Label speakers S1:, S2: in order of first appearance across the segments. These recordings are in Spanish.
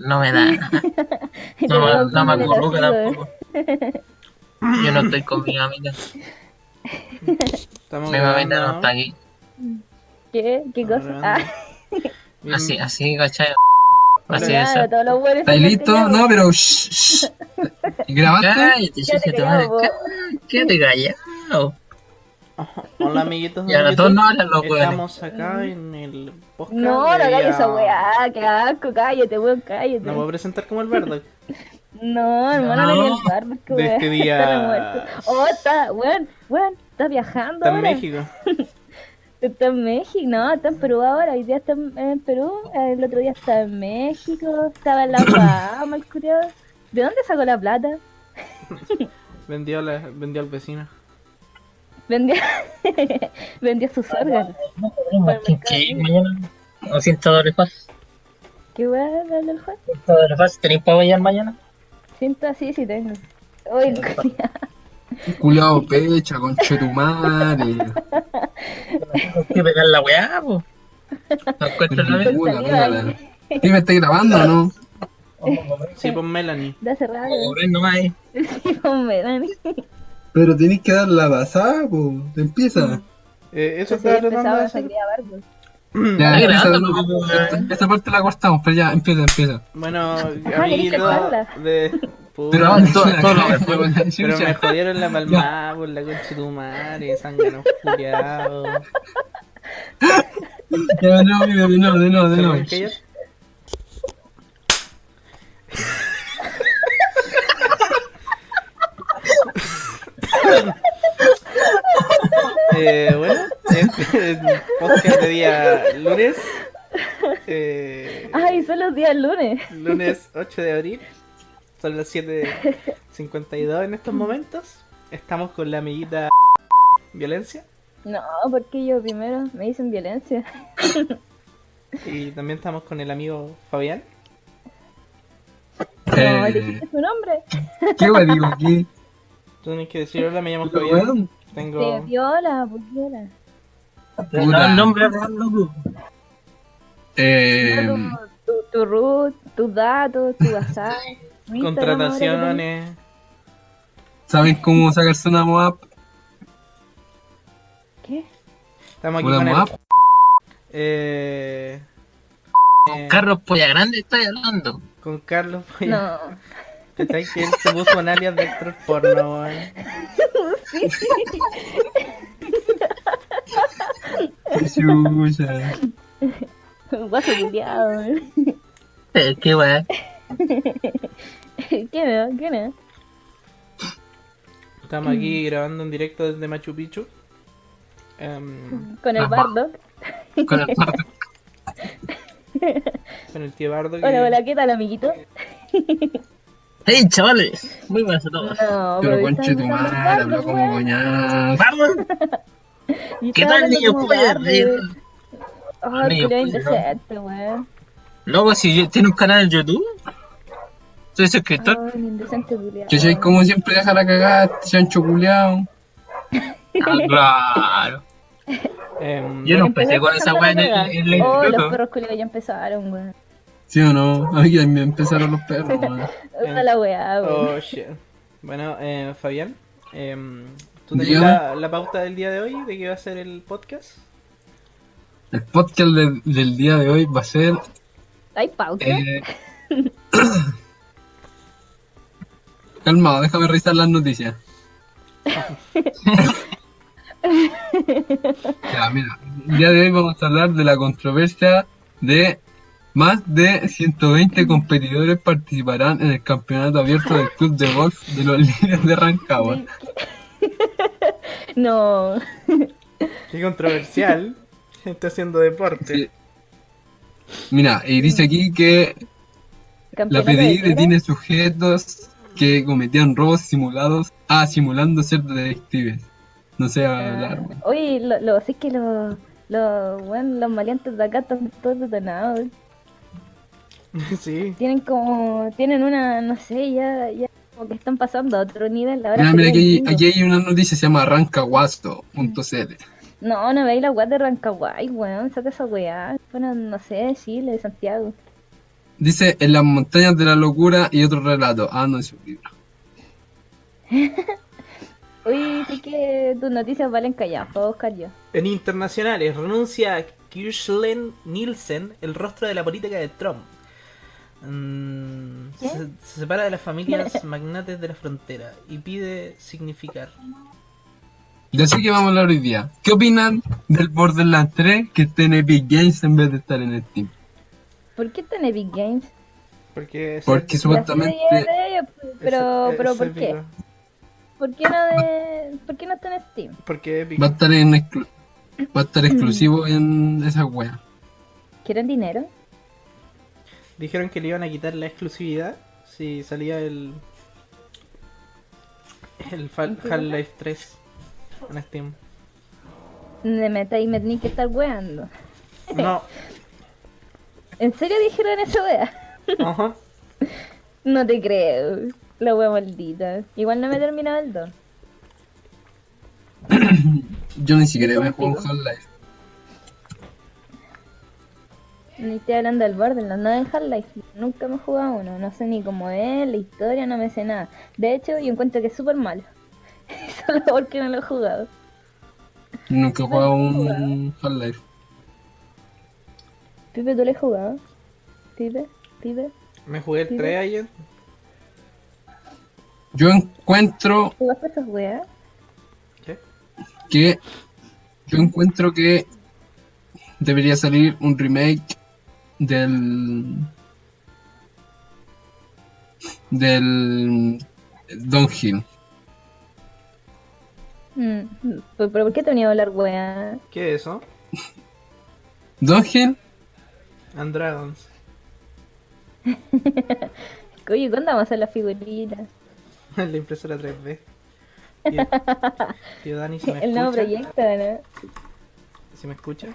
S1: no me da nada. No, no me acurruca tampoco. Yo no estoy con mi amiga.
S2: Estamos
S1: Mi mamita
S2: grabando,
S1: no está aquí.
S3: ¿Qué? ¿Qué
S2: Estamos
S3: cosa? Ah,
S2: grabando. Bien.
S1: Así, así, ¿cachai? Así es.
S3: claro, Ah, todos los buenos.
S4: ¿Estás listo? No, pero. shh, shh. ¿Grabaste?
S1: Cállate,
S3: Ya te
S1: hija de tu
S3: callado,
S1: madre.
S3: vos.
S1: Quédate callado.
S2: Ajá. Hola, amiguitos.
S1: Y ahora
S2: amiguitos.
S1: todos no hablan los weones.
S2: Estamos acá en el podcast.
S3: No, no
S2: de
S3: hagas esa
S2: la-
S3: weá, qué asco, cállate, weón, cállate.
S2: No
S3: No,
S2: puedo presentar como el verde.
S3: hermano, no,
S1: No,
S3: voy a entrar, qué
S2: de
S3: weá.
S2: este día-
S3: Está muerto. Oh, está, weón, weón, está viajando
S2: Está en
S3: ahora.
S2: México.
S3: Está en México, no, está en Perú ahora. Hoy día está en, en Perú, el otro día estaba en México, estaba en La Guama, el curioso. ¿De dónde sacó la plata?
S2: Vendió, la- vendió al vecino.
S3: Vendió, vendió sus órganos.
S1: Sí, mañana. O 100 dólares más.
S3: ¿Qué weá, Pablo el juez?
S1: 100 dólares más. ¿Tenéis para bailar mañana?
S3: Siento así, sí tengo. Uy, el culiao.
S4: Culado pecha, conchetumare.
S1: Hay que pegar la weá, po. No encuentro la vez.
S4: Pula, pula. ¿Sí me estáis grabando o no?
S2: Sí, pues Melanie.
S3: da cerrado.
S1: Pobre nomás. eh.
S3: Sí, hombre, Dani.
S4: Pero tenéis que dar la pasada, po. Empieza.
S2: Eh, eso
S3: Estoy
S2: estaba
S3: empezado
S2: tratando de
S3: a
S2: hacer. Eh.
S3: sangría barco.
S4: Ya,
S1: Mm. Está
S4: empieza,
S1: grabando,
S4: no,
S1: po,
S4: esta-
S1: weón.
S4: esta parte la cortamos, pero ya, empieza, empieza.
S2: Bueno,
S3: Ah, queréis cortarla.
S2: amiguitos. De...
S4: Pero
S2: Puta,
S4: avanza,
S1: todo-
S4: la
S1: todo lo
S4: caga,
S1: después,
S4: weón, la
S2: Pero me
S4: chucha.
S2: jodieron la palmada por la concha de tu madre, sangre culiado.
S4: Ya, no, mira, de nuevo, de nuevo, de
S2: ¿Se
S4: nuevo.
S2: pueden callar? eh, bueno, este es el podcast de día lunes. Eh,
S3: Ay, son los días lunes.
S2: lunes 8 de abril. Son las 7.52 en estos momentos. Estamos con la amiguita Violencia.
S3: No, porque yo primero me dicen violencia.
S2: Y también estamos con el amigo Fabián.
S3: No, le
S4: Eh,
S3: dijiste su nombre.
S4: ¿Qué weón digo aquí?
S2: Tú tienes que decir, hola, me llamo
S4: Pero,
S2: Fabián.
S4: weón,
S3: Te
S2: Tengo...
S3: viola, pulguera.
S1: No, el nombre es raro, po.
S4: Eh,
S3: Tu, tu root, tus datos, tu WhatsApp. tu Instagram ahora que
S2: Contrataciones.
S4: ¿Saben cómo sacarse una MOAP?
S3: tenés- ¿Qué?
S2: Estamos aquí
S4: Una
S2: con
S4: MOAP.
S2: el... Eh... eh,
S1: Carlos Polla Grande estoy hablando.
S2: con Carlos Polla.
S3: No.
S2: ¿Cachai que él se puso un alias de actor porno, weón?
S4: Chucha.
S3: Guaso culiado. weón.
S1: Eh, Qué weá.
S3: ¿Quién es? ¿Quién es?
S2: Estamos
S3: Mm.
S2: aquí grabando en directo desde Machu Picchu. Em,
S3: Con el
S1: Ajá.
S3: bardo.
S1: Con el parto.
S2: con el tío Bardo. que-
S3: Hola, hola, ¿qué tal, amiguito?
S1: ¡Hey, chavales! Muy buenas a todos.
S3: No,
S4: Pero
S3: porque
S4: conche
S3: están
S4: tu
S3: usando
S4: madre,
S3: bardo,
S4: habló como
S3: weón.
S4: coñazo.
S1: Bardo,
S3: Y
S1: ¿Qué
S3: estaba
S1: tal,
S3: hablando
S1: niño
S3: como
S1: polla?
S3: bardo,
S1: Eh,
S3: weón. Ay,
S1: Niño
S3: culiao
S1: polla.
S3: indecente, weón.
S1: Loco, si yo- tiene un canal en YouTube, soy suscriptor.
S3: Ay, indecente culiao.
S4: Chucha, y como siempre deja la cagada, este chancho culeado.
S1: Ah, claro.
S2: em,
S1: Yo no
S3: Empezó
S1: empecé con esa
S3: cantando
S1: weá en
S3: la
S1: el, en el
S3: pega. Oh, los
S1: instituto.
S3: perros culiados ya empezaron, weón.
S4: ¿Sí o no? Aquí también empezaron los perros, weón.
S3: Usa la weá, weón.
S2: Oh, shit. Bueno, eh, Fabián, em, ¿tú tenés
S4: Dígame.
S2: la, la pauta del día de hoy de qué va a ser el podcast?
S4: El podcast de- del día de hoy va a ser.
S3: Hay pauta.
S4: eh, Calmado, déjame revisar las noticias. ya, mira. El día de hoy vamos a hablar de la controversia de más de 120 competidores participarán en el campeonato abierto del club de golf de los líderes de Rancagua.
S3: No.
S2: Qué controversial. Gente haciendo deporte.
S4: Sí. Mira, y dice aquí que la
S3: Campeonato de
S4: PDI
S3: tiro.
S4: detiene sujetos que cometían robos simulados, ah, simulando ser detectives. No sé hablar.
S3: Ah,
S4: weón.
S3: Oye, lo, lo, sí que los, los, weón, los maleantes de acá están todos detonados. weón.
S2: Sí.
S3: Tienen como, tienen una, no sé, ya, ya como que están pasando a otro nivel. Ahora
S4: Mira,
S3: se
S4: mira,
S3: creen
S4: aquí,
S3: gringos.
S4: aquí hay una noticia, se llama arrancaguasto.cl.
S3: No, no veis la weá de Rancagua, weón, saca esa weá. Bueno, no sé, de Chile, de Santiago.
S4: Dice En las montañas de la locura y otro relato. Ah, no es un libro.
S3: Uy, sí que tus noticias valen callar, puedo buscar yo.
S2: En internacionales, renuncia a Kirchlen Nielsen, el rostro de la política de Trump. Mm,
S3: ¿Qué?
S2: se, se separa de las familias magnates de la frontera y pide significar.
S4: Ya sé que vamos a hablar hoy día. ¿Qué opinan del Borderlands 3 que esté en Epic Games en vez de estar en Steam?
S3: ¿Por qué está en Epic Games?
S2: Porque es
S4: Porque
S2: épico,
S4: Supuestamente-
S3: La serie de ellos, pues, pero,
S2: es-
S3: pero
S2: es
S3: ¿por qué?
S2: épico,
S3: ¿Por qué, no de... ¿Por qué no está en Steam?
S2: Porque es
S4: Va a
S2: épico.
S4: estar en exclu- va a estar exclusivo en esa wea.
S3: ¿Quieren dinero?
S2: Dijeron que le iban a quitar la exclusividad si salía el. El Fal-
S3: ¿Entiendes?
S2: Half-Life 3 en Steam.
S3: Me meta y me tienen que estar weando.
S2: No,
S3: ¿En serio dijeron esa wea?
S2: ajá.
S3: No te creo. La wea maldita. Igual no me he terminado el don.
S4: Yo ni siquiera voy a jugar un Half-Life.
S3: Ni estoy hablando del Borderlands, no del Half-Life. Nunca me he jugado uno. No sé ni cómo es, la historia, no me sé nada. De hecho, yo encuentro que es súper malo. Solo porque no lo he jugado.
S4: Nunca he jugado un Half-Life.
S3: Pipe, ¿tú lo has jugado? Pipe, Pipe.
S2: Me jugué el 3 ayer.
S4: Yo encuentro
S3: ¿Jugaste esas weas?
S2: ¿Qué?
S4: que yo encuentro que debería salir un remake del del Don Hill.
S3: Mm, mm, ¿Pero pero por qué te venía a hablar wea?
S2: ¿Qué es eso?
S4: Don Hill
S2: And Dragons.
S3: Oye, ¿cuándo vamos a hacer las figuritas?
S2: La impresora 3D. Tío, tío Dani, si me escucha.
S3: El nuevo proyecto, ¿no?
S2: Si me escucha.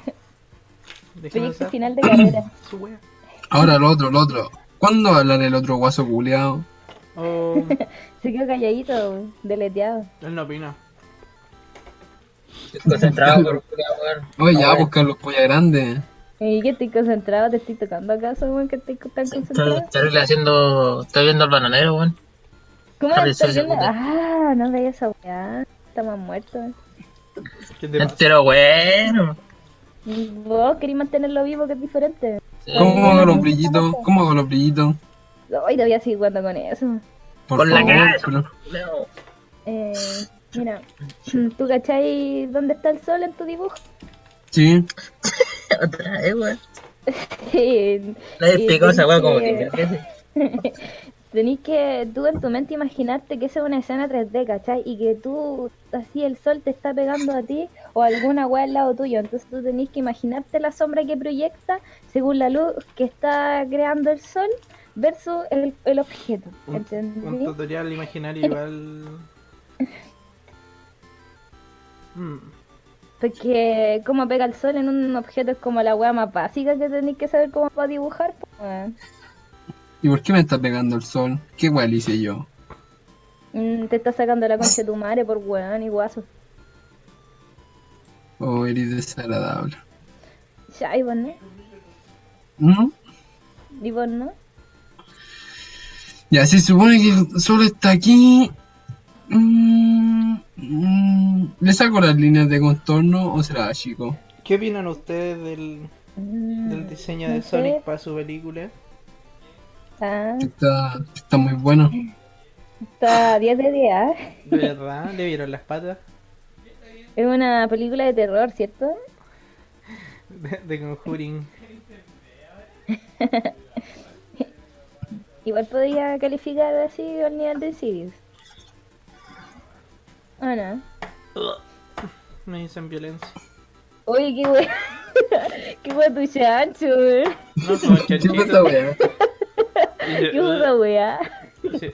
S2: Déjame
S3: Proyecto
S2: usar
S3: final de carrera.
S2: su wea.
S4: Ahora lo otro, lo otro. ¿Cuándo va a hablar el otro guaso culeado?
S2: O.
S3: Se quedó calladito, wey, deleteado.
S2: Oh, Él no opina.
S1: Concentrado por pura weón.
S4: Oye, ya,
S1: Ahora,
S4: buscar los polla grande.
S3: ¿Y que estoy concentrado? ¿Te estoy tocando acaso, weón? ¿Que estoy tan
S1: Estoy,
S3: concentrado?
S1: estoy haciendo. Estoy viendo al bananero, weón.
S3: ¿Cómo
S1: Harry,
S3: estás
S1: soy
S3: viendo?
S1: segunda.
S3: Ah, no veía esa weá. Estamos muertos.
S2: ¿Qué te pasa?
S1: Entero, Este bueno.
S3: Vos querís mantenerlo vivo, que es diferente.
S1: Eh,
S4: ¿Cómo hago los brillitos? ¿Cómo hago los brillitos?
S3: Hoy todavía sigo jugando con eso.
S4: Por
S1: Con la cara de
S4: pero-
S1: No.
S3: Eh, mira, ¿tú cachai dónde está el sol en tu dibujo?
S4: Sí.
S1: Otra vez, weón.
S3: Sí.
S1: La
S3: Y
S1: explicó esa weón como que.
S3: tenés Tenís que tú en tu mente imaginarte que esa es una escena 3D, ¿cachai? Y que tú, así el sol te está pegando a ti o a alguna weá al lado tuyo. Entonces tú tenés que imaginarte la sombra que proyecta según la luz que está creando el sol versus el, el objeto.
S2: Un, un
S3: ¿Entendí?
S2: tutorial imaginario igual. Mm,
S3: Porque cómo pega el sol en un objeto es como la weá más básica que tenéis que saber cómo va a dibujar. po, weón.
S4: ¿Y por qué me está pegando el sol? ¿Qué hueá le hice yo?
S3: Mm, te está sacando la concha de tu madre por weón y guaso.
S4: Oh, eres desagradable.
S3: Ya, y vos no.
S4: ¿Mm?
S3: Y vos no.
S4: Ya, se supone que el sol está aquí. Mm, mm, ¿Le saco las líneas de contorno o será chico?
S2: ¿Qué opinan ustedes del,
S3: Mm,
S2: del diseño
S3: no
S2: de
S3: sé.
S2: Sonic para su película?
S3: Ah,
S4: Está, está muy bueno.
S3: está 10 de 10. ¿eh?
S2: ¿De verdad? ¿Le vieron las patas?
S3: Es una película de terror, ¿cierto?
S2: De, de Conjuring.
S3: Igual podría calificar así al nivel de Sirius. Ah, no.
S2: Me dicen violencia.
S3: Oye, qué wea. qué wea tu chancho, weón.
S2: No, como
S4: ¿Qué fue
S2: chanchito.
S4: esta wea?
S2: Y
S3: Qué
S2: yo,
S3: puta wea.
S2: sí.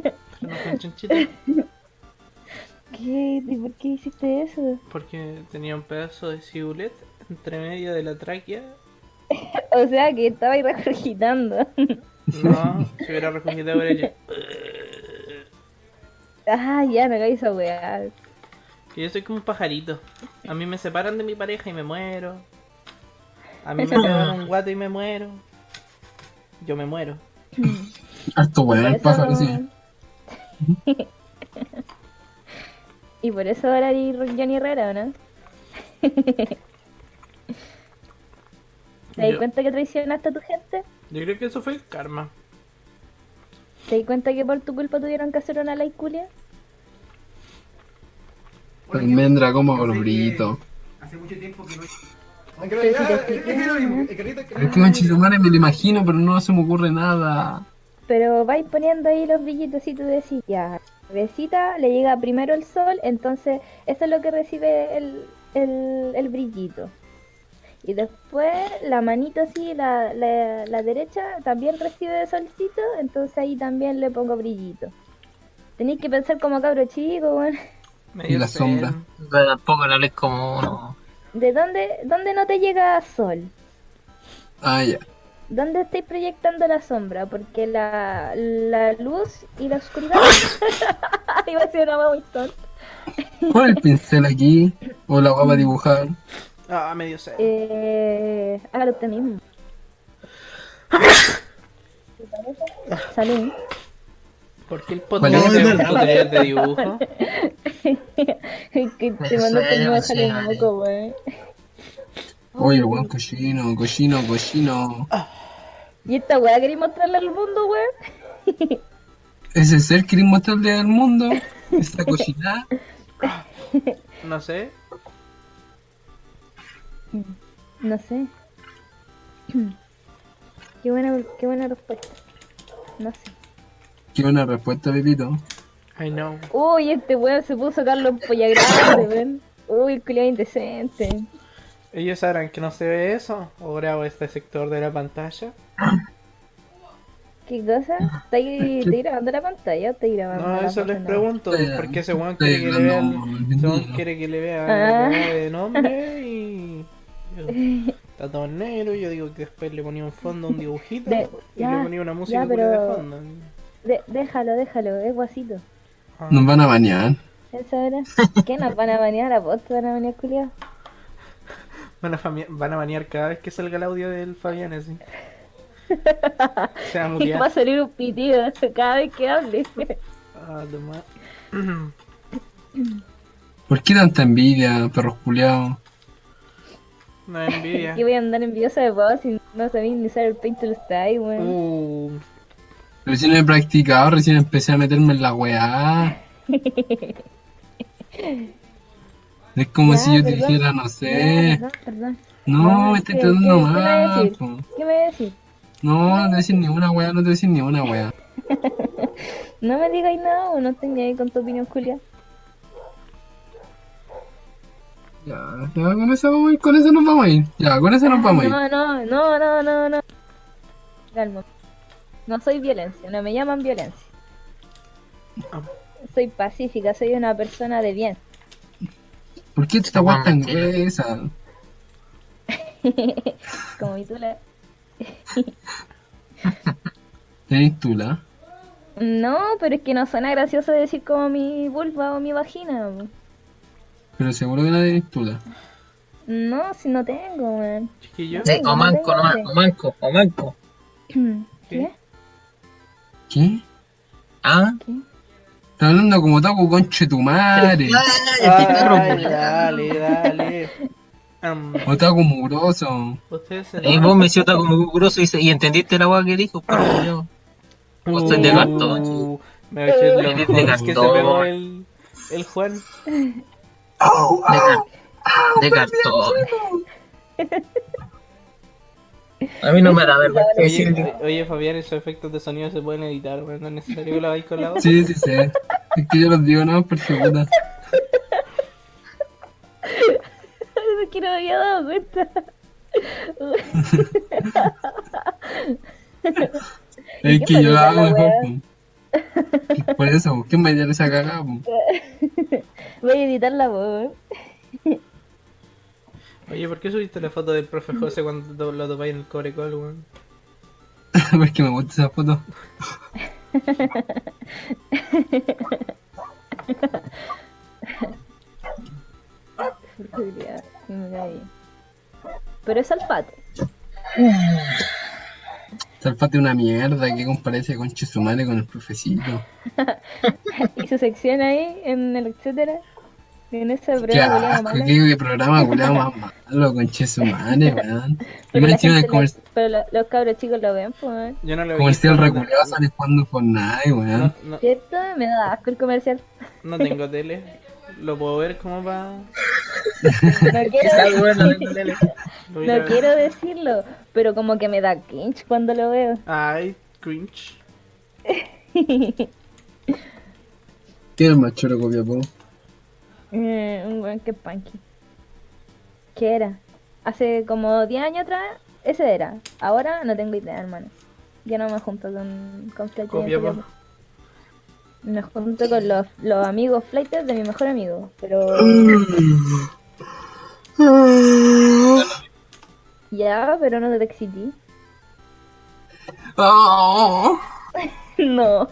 S2: Pero no fue un chanchito
S3: ¿Qué? ¿Y por qué hiciste eso?
S2: porque tenía un pedazo de cibulet entre medio de la tráquea.
S3: O sea, que estaba ahí regurgitando.
S2: No, se hubiera recogido por ello.
S3: ah, ya, me caí esa wea.
S2: Que yo soy como un pajarito. A mí me separan de mi pareja y me muero. A mí me pegan un guato y me muero. yo me muero.
S4: Harto bueno el pájaro, sí.
S3: Y por eso ahora hay Johnny Herrera, ¿o ¿no? ¿Te das
S2: Yo-
S3: cuenta que traicionaste a tu gente?
S2: Yo creo que eso fue el karma.
S3: ¿Te das cuenta que por tu culpa tuvieron que hacer una like culia?
S4: Almendra como con los
S5: Así que-
S4: brillitos.
S5: Hace mucho tiempo que no. Aunque en realidad es es lo mismo. Es que ahorita que-
S4: Es que conchetumare me lo imagino, pero no se me ocurre nada.
S3: Pero vais poniendo ahí los brillitos y tú decís, ya, besita, le llega primero el sol, entonces eso es lo que recibe el, el, el brillito. Y después la manito así, la, la, la derecha, también recibe solcito, entonces ahí también le pongo brillito. Tenéis que pensar como cabro chico, weón.
S2: Me
S4: Y
S2: dio
S4: la
S2: sed.
S4: sombra.
S1: Pero tampoco la lees como uno.
S3: ¿De dónde, dónde no te llega sol?
S4: Ah, ya.
S3: ¿Dónde estáis proyectando la sombra? Porque la, la luz y la oscuridad... Iba a ser una hueá muy tonta.
S4: Pon el pincel aquí, o la guapa dibujar.
S2: Ah, me dio sed.
S3: Eh, hágalo usted mismo. ¿Te parece? Salud.
S2: ¿Por qué el
S4: Bueno,
S2: podcast es
S4: no,
S2: de
S4: no, no.
S2: tutorial de dibujo?
S3: que te mandaste
S1: Salud,
S3: nuevo salir
S1: salud.
S3: moco, wey.
S4: Oye, el buen cochino, cochino, cochino.
S3: ¿Y esta weá queréis mostrarle al mundo, wey?
S4: Ese ser queréis mostrarle al mundo. Esta cocina.
S2: No sé.
S3: No sé. qué, buena, qué buena respuesta. No sé.
S4: Quiero una respuesta, Pepito.
S2: I know.
S3: Uy, este weón se puso Carlos Pollagrande, ven. Uy, el culiao indecente.
S2: Ellos sabrán que no se ve eso. O grabo este sector de la pantalla.
S3: ¿Qué cosa? ¿Estáis estáis grabando la pantalla o estáis grabando
S2: No,
S3: la
S2: eso les
S3: página?
S2: pregunto.
S4: Estoy-
S2: Porque ese weón
S4: estoy
S2: quiere que le
S4: hablando
S2: vean. Ese weón
S4: bien.
S2: quiere que le
S3: Ah.
S2: vean la cara de nombre y. Está todo en negro. Yo digo que después le ponía un fondo, un dibujito.
S3: De-
S2: y
S3: ya,
S2: le ponía una música
S3: ya,
S2: culia
S3: pero-
S2: de fondo.
S3: De- déjalo, déjalo, es guasito.
S2: Ah.
S4: Nos van a bañar.
S3: ¿Esa era? ¿Qué nos van a banear a vos? ¿Te van a banear, culiao?
S2: Van a, famia- van a banear cada vez que salga el audio del Fabián así. Se va
S3: Y va
S2: a
S3: a
S2: mutear.
S3: salir un pitido cada vez que hable.
S2: Ah, de ma-
S4: ¿Por qué tanta envidia, perros culiados?
S2: No envidia.
S3: Yo voy a andar envidiosa de vos si no sabéis ni usar el Paint to Sky, weón.
S2: Uh,
S4: Recién he practicado, recién empecé a meterme en la weá. Es como
S3: Ya,
S4: si yo te
S3: perdón.
S4: dijera, no sé.
S3: No, perdón.
S4: No,
S3: No,
S4: me
S3: es
S4: estoy
S3: que-
S4: tratando
S3: es que iba a
S4: mal.
S3: decir.
S4: po.
S3: ¿Qué me decís?
S4: No, no te voy a decir ni una weá, no te voy a decir ni una weá.
S3: No me digáis nada o no tengáis con tu opinión, culiao.
S4: Ya, ya, con eso vamos a ir, con eso nos vamos a ir. Ya, con eso nos vamos a ir.
S3: No, no, no, no, no, no. Calma. No soy violencia, no me llaman violencia.
S2: Ah.
S3: Soy pacífica, soy una persona de bien.
S4: ¿Por qué esta weá es tan gruesa?
S3: Como mi tula.
S4: ¿Tenéis tula?
S3: No, pero es que no suena gracioso decir como mi vulva o mi vagina. po.
S4: Pero seguro que no tenéis tula.
S3: No, si no tengo, weón.
S2: chiquillo.
S3: Sí,
S1: O manco, no,
S3: sí.
S1: o manco, o manco.
S3: ¿Qué?
S4: ¿Qué?
S1: ¿Ah?
S4: Está hablando como Taco conche tu madre.
S1: Ay, Ah, te carro,
S2: Ay, dale, dale. Am,
S4: O Taco mugroso.
S2: Ustedes se
S1: Y Eh, vos me sientas como grosso y, dice- y entendiste la weá que dijo, pero yo. vos sois de cartón,
S2: Uh, Me va a echar
S1: Eres
S2: los
S1: de
S2: ojos que se
S1: cartón.
S2: pegó el, el Juan.
S1: De, car- de cartón. A mí no me da vergüenza decirlo.
S2: Oye, eh, oye, Fabián, esos efectos de sonido se pueden editar, weón, no es necesario que lo hagáis con la voz.
S4: Sí, sí, sí. Es que yo los digo no por su puta.
S3: Es que no me había dado cuenta.
S4: Es
S3: ¿Qué
S4: que yo
S3: manera
S4: la hago
S3: la
S4: mejor. po. Por eso, ¿qué me esa cagada? po?
S3: Voy a editar la voz.
S2: Oye, ¿por qué subiste la foto del profe José cuando to- lo topáis en el Corecol, weón?
S4: Porque me gusta esa foto.
S3: Porque me cae bien. Pero es olfato.
S4: Salfate una mierda que comparece con Chesumane con el profecito.
S3: Y su sección ahí, en el etcétera. En esa
S4: Qué
S3: breve
S4: asco, qué qué programa culiao más malo con Chesumane, weón. Y me encima el comer-
S3: Pero lo- los cabros chicos lo ven, pues. weón.
S2: Yo no lo he
S4: comercial
S2: visto, no-
S4: reculeado sale jugando Fortnite, weón.
S2: No, no,
S3: ¿Cierto? Me da asco el comercial.
S2: no tengo tele. Lo puedo ver como va.
S3: No quiero,
S1: bueno,
S2: Lo voy a
S3: no
S2: ver.
S3: quiero decirlo, pero como que me da cringe cuando lo veo.
S2: Ay, cringe.
S4: Tiene el machoro copiapó.
S3: Eh, un weón que punky. ¿Qué era? Hace como 10 años atrás, ese era. Ahora no tengo idea, hermano. Yo no me junto con, con flightes de
S2: Copiapó.
S3: flightes. Me junto con los, los amigos flightes de mi mejor amigo. Pero ya, pero no te exigí.
S4: Oh.
S3: No.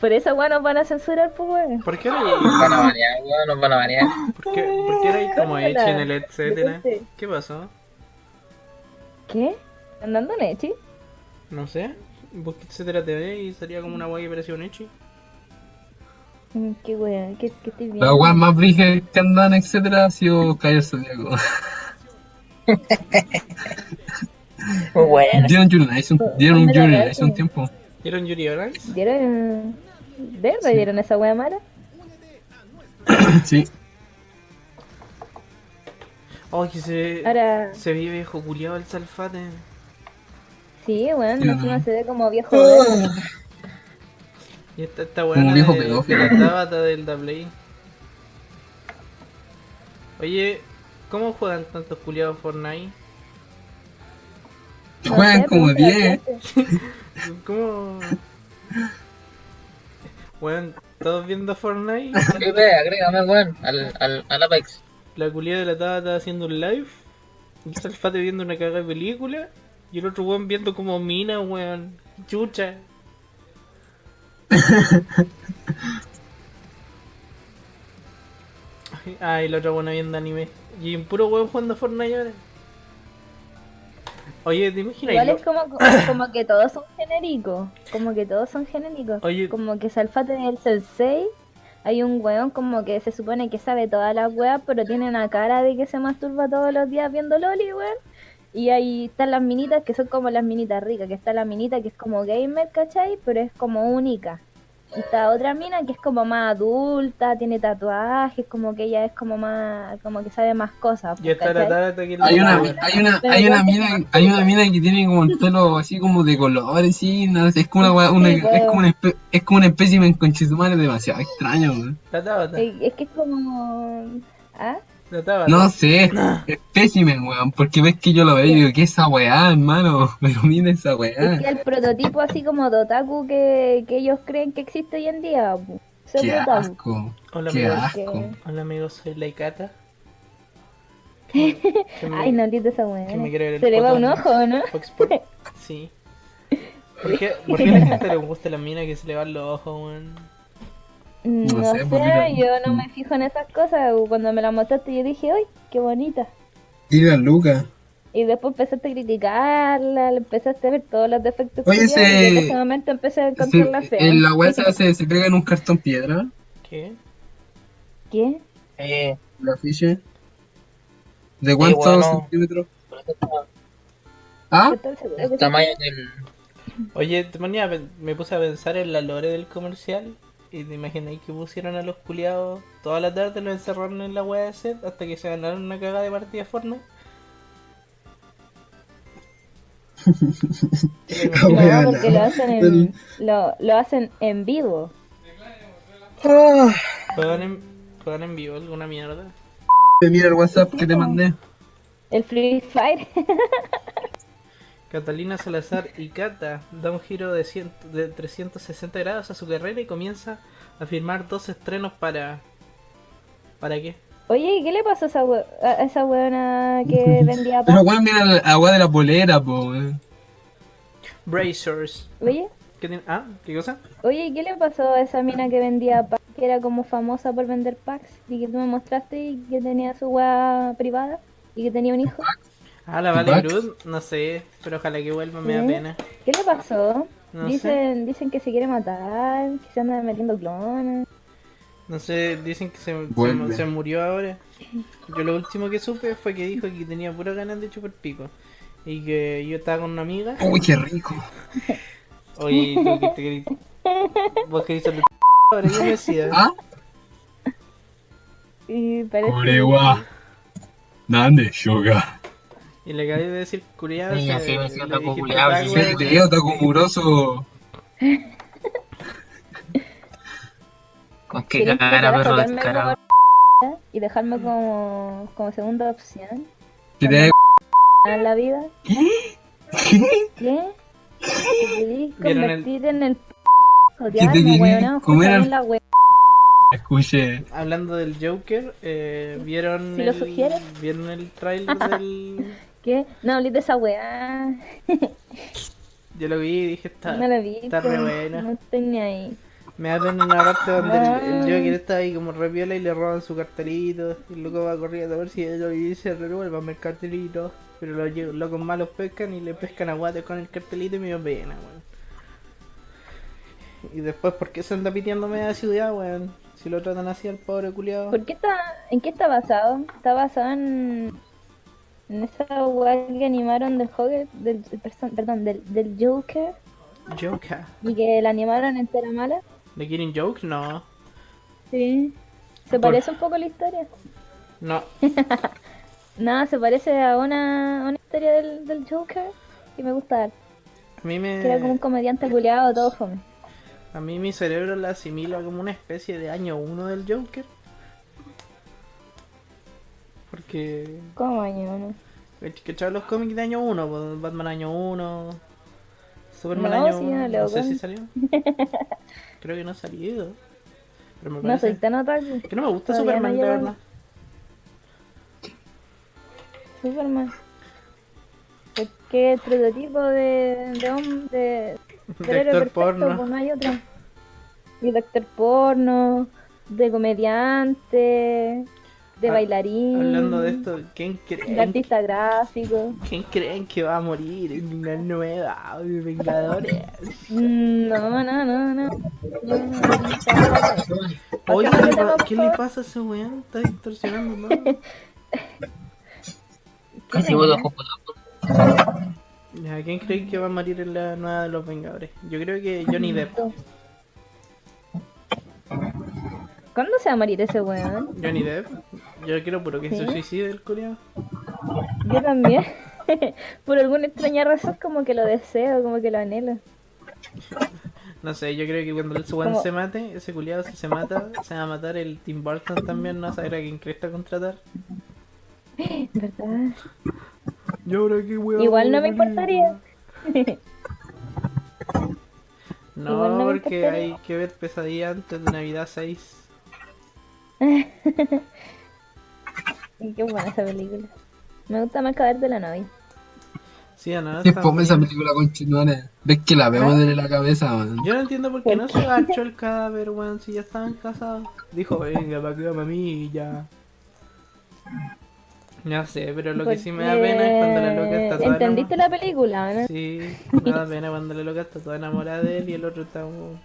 S3: Por eso, weón, nos van a censurar, pues, weón.
S2: ¿Por qué
S1: Nos
S2: era
S1: van a banear, weón, nos van a banear.
S2: ¿Por qué, por qué era como
S3: Córtala.
S2: hecha en el etcétera?
S3: Detente.
S2: ¿Qué pasó?
S3: ¿Qué? ¿Andando en Echi?
S2: No sé. Busqué etcétera TV y salía como una guay que parecía un Echi.
S3: Mm, Qué weón, qué, qué estoy viendo.
S4: La weá más brígida que andan, etcétera, ha sido Caer Zodíaco.
S1: Muy bueno.
S4: Dieron Yuri Nice un,
S3: pues,
S4: dieron un Yuri Nice un tiempo.
S2: ¿Vieron Yuri Orans?
S3: ¿Dieron? ¿De verdad dieron esa wea mala?
S4: Sí.
S2: Oh, que se,
S3: Ahora,
S2: se vive viejo culiado el salfate.
S3: sí, weón,
S4: Sí,
S3: encima
S4: ¿no?
S3: se ve como viejo. weón.
S2: Y esta, esta buena
S4: viejo
S2: de,
S4: pedófilo.
S2: de la Tabata del Dablay. Oye, ¿cómo juegan tantos culiados Fortnite?
S3: No
S4: Juegan
S3: sé,
S4: como
S3: pregúntale a
S4: 10.
S3: la gente.
S2: ¿Cómo...? Bueno, todos viendo Fortnite,
S1: Felipe, agrégame, weón, al, al, al Apex.
S2: la culiada de la Tabata haciendo un live, el Salfate viendo una caga de película, y el otro weón viendo como mina, weón, chucha. Ay, Ay, Ah, la otra buena viendo anime. Y un puro weón jugando Fortnite ahora. Oye, ¿te imaginas?
S3: Igual
S2: lo-
S3: es como, como que todos son genéricos. Como que todos son genéricos.
S2: Oye.
S3: Como que Salfate es el sensei. Hay un weón como que se supone que sabe todas las weas, pero tiene una cara de que se masturba todos los días viendo Loli, weón. Y ahí están las minitas que son como las minitas ricas, que está la minita que es como gamer, ¿cachai? Pero es como única. Y está otra mina que es como más adulta, tiene tatuajes, como que ella es como más, como que sabe más cosas.
S2: Ya está la
S3: ¿cachai?
S2: Tabata que
S4: Hay una,
S2: la-
S4: hay una, hay una mina, hay una mina que tiene como el pelo así como de colores, sí, no, es como una, weá- una-
S3: Sí, weón.
S4: es como un espe- es como un espécimen con chisumare demasiado extraño, weón.
S2: La Tabata,
S3: Eh, Es que es como... ¿Ah?
S2: la Tabata.
S4: No sé, espécimen, weón, porque ves que yo lo veo y digo, ¿qué es esa weá, hermano? Pero mira esa
S3: Es
S4: weá.
S3: que el prototipo así como de otaku que, que ellos creen que existe hoy en día. pu. Ser
S4: Qué
S3: otaku.
S4: asco,
S2: Hola,
S4: qué
S2: amigos.
S4: asco.
S2: Hola amigos, soy Laikata. Que me-
S3: Ay, no entiendo esa weá.
S2: que me quiere ver el
S3: Se le va
S2: poto.
S3: un ojo, ¿no?
S2: Fox Sports. Sí. ¿Por qué, por qué a la gente le gusta la mina que se le van los ojos, weón?
S3: Mm,
S4: No
S3: No,
S4: sé,
S3: sé,
S4: pues, mira.
S3: yo no me fijo en esas cosas. pu. Cuando me la mostraste yo dije, ¡ay, qué bonita!
S4: Mira, Luca.
S3: Y después empezaste a criticarla, le empezaste a ver todos los defectos
S4: Oye,
S3: que
S4: ese-
S3: tenía, y en ese momento empecé a
S4: Se-
S3: encontrarla fea.
S4: en la weá se, hace- se pega en un cartón piedra,
S2: ¿Qué?
S3: ¿Qué?
S1: Eh,
S4: la ficha. ¿De cuántos
S1: bueno.
S4: centímetros?
S1: por eso está-
S4: ¿Ah?
S3: ¿Qué tal seguro que
S1: el tamaño del.
S2: Oye, te ponía a pen- me puse a pensar en la lore del comercial. Y te imagináis que pusieron a los culiados toda la tarde, los encerraron en la weá de set hasta que se ganaron una cagada de partida de Fortnite. ¿Te lo
S4: La
S2: imaginas?
S4: weá,
S3: No, porque
S4: no.
S3: lo hacen en, lo, lo hacen en vivo.
S4: Ah,
S2: ¿Juegan en, juegan en vivo alguna mierda?
S4: ah, Mira el WhatsApp que te mandé.
S3: El Free Fire.
S2: Catalina Salazar y Cata da un giro de, 100 de 360 grados a su carrera y comienza a firmar dos estrenos para... ¿Para qué?
S3: Oye, ¿qué le pasó a esa, hue- a esa huevona que vendía
S4: Pero
S3: pan?
S4: weón, mira la agua de la polera, po. weón.
S2: Brazers.
S3: Oye,
S2: ¿Qué tiene? Ah, ¿qué cosa?
S3: oye, ¿qué le pasó a esa mina que vendía pan? Que era como famosa por vender packs y que tú me mostraste y que tenía su hueá privada y que tenía un hijo.
S2: Ah, la Vale Brut, no sé, pero ojalá que vuelva, me da
S3: ¿Sí?
S2: pena.
S3: ¿Qué le pasó?
S2: No sé,
S3: dicen, dicen que se quiere matar, que se anda metiendo clones.
S2: no sé, dicen que se, se,
S4: Vuelve.
S2: se murió ahora. Yo lo último que supe fue que dijo que tenía puras ganas de chupar pico. Y que yo estaba con una amiga.
S4: Uy, qué rico.
S2: Oye, tú que te querís- Vos querís ser de p ahora, yo me decía.
S4: ¿Ah?
S3: Y parece.
S4: Corewa. Nande, yoga.
S2: Y le acabé de decir eh, curiado.
S1: Niña, sí, me siento culiao, sí,
S4: Qué feo, está muroso.
S1: Con qué
S3: ¿Querés
S1: cara,
S3: tratar de
S1: perro
S3: sacarme
S1: descarado.
S3: algo y dejarme como, como segunda opción
S4: ¿Qué?
S3: en la vida?
S4: ¿Qué?
S3: ¿Qué? ¿Te querís
S2: ¿Vieron el-
S3: convertir en el p
S4: te querís
S3: weón?
S4: comer al-
S3: la we-
S4: Escuche.
S2: Hablando del Joker, eh, ¿vieron,
S3: Si lo
S2: el,
S3: sugiere.
S2: ¿vieron el trailer del...?
S3: ¿Qué? No hablé de esa weá.
S2: Yo lo vi y dije, está...
S3: No la vi.
S2: está re
S3: pero
S2: buena.
S3: No estoy ni ahí.
S2: Me hacen una parte donde el, el
S3: Ah.
S2: Joker está ahí como re viola y le roban su cartelito. Y el loco va corriendo a ver si ellos y dice, revuelvan el cartelito. Pero los yo- locos malos pescan y le pescan a guates con el cartelito y me dio pena, weón. Y después, ¿por qué se anda piteando media ciudad, weón? Si lo tratan así al pobre culiado.
S3: ¿Por qué está, ¿En qué está basado? Está basado en. En esa weá que animaron del Joker. Del, del perso- perdón, del, del Joker.
S2: Joker.
S3: Y que la animaron entera mala.
S2: ¿Le quieren Joker? No.
S3: Sí. ¿Se
S2: Por-
S3: parece un poco a la historia?
S2: No.
S3: Nada, se parece a una, a una historia del, del Joker. Que me gusta harto,
S2: A mí me...
S3: Que era como un comediante culiado, todo fome.
S2: A mí mi cerebro la asimila como una especie de año uno del Joker. Porque.
S3: ¿Cómo año uno?
S2: ¿Cachai los cómics de año uno? po, Batman año uno. Superman
S3: No,
S2: año
S3: sí,
S2: uno.
S3: no
S2: No,
S3: leo
S2: sé si
S3: cómics.
S2: salió. Creo que no ha salido. Pero me
S3: No
S2: parece.
S3: soy tan otaku.
S2: Que no me gusta
S3: Todavía no
S2: Superman, la
S3: llego.
S2: verdad.
S3: Superman. ¿Por ¿Qué prototipo de, de hombre? De, del
S2: De
S3: héroe
S2: actor
S3: perfecto,
S2: porno.
S3: pues no hay otro. Y de actor porno, de comediante, de
S2: Ha-
S3: bailarín,
S2: Ah, Hablando de esto, ¿quién
S3: de
S2: creen,
S3: artista gráfico.
S2: ¿quién creen que va a morir en una nueva Vengadores?
S3: Mm, No, no, no, no. No, no, no.
S2: Oye,
S3: Acá
S2: ¿qué le,
S3: lo
S2: pa-
S3: tengo,
S2: ¿qué
S3: por
S2: le
S3: favor.
S2: pasa a ese weón? Está distorsionando, ¿no?
S1: Así vos computador.
S2: ¿A quién creéis que va a morir en la nueva de los Vengadores? Yo creo que Johnny Depp.
S3: ¿Cuándo se va a morir ese weón?
S2: Johnny Depp. Yo quiero puro que se
S3: ¿Sí?
S2: suicide el culiao.
S3: Yo también. Por alguna extraña razón como que lo deseo, como que lo anhelo.
S2: No sé, yo creo que cuando el weón
S3: ¿Cómo?
S2: se mate, ese culiao si se mata, se va a matar el Tim Burton también, no saber a quién cresta contratar.
S3: ¿Verdad?
S2: Yo ahora qué weón.
S3: Igual no me
S2: voy a
S3: importaría.
S2: No,
S3: Igual no me
S2: porque
S3: importaría.
S2: hay que ver pesadilla antes de Navidad 6.
S3: Y Qué buena esa película. Me gusta más caber de la novia.
S2: Sí, o no,
S4: Qué
S2: Está
S4: fome esa
S2: muy-
S4: película con chinones. Ves que la vemos desde la cabeza, man.
S2: Yo no entiendo por qué no se agachó el cadáver, weón, si ya estaban casados. Dijo, venga, para que a mí y ya. No sé, pero lo que sí me da pena es cuando la loca está toda
S3: ¿Entendiste
S2: enamorada.
S3: la película o no?
S2: Sí, me da pena cuando la loca está toda enamorada de él y el otro está como...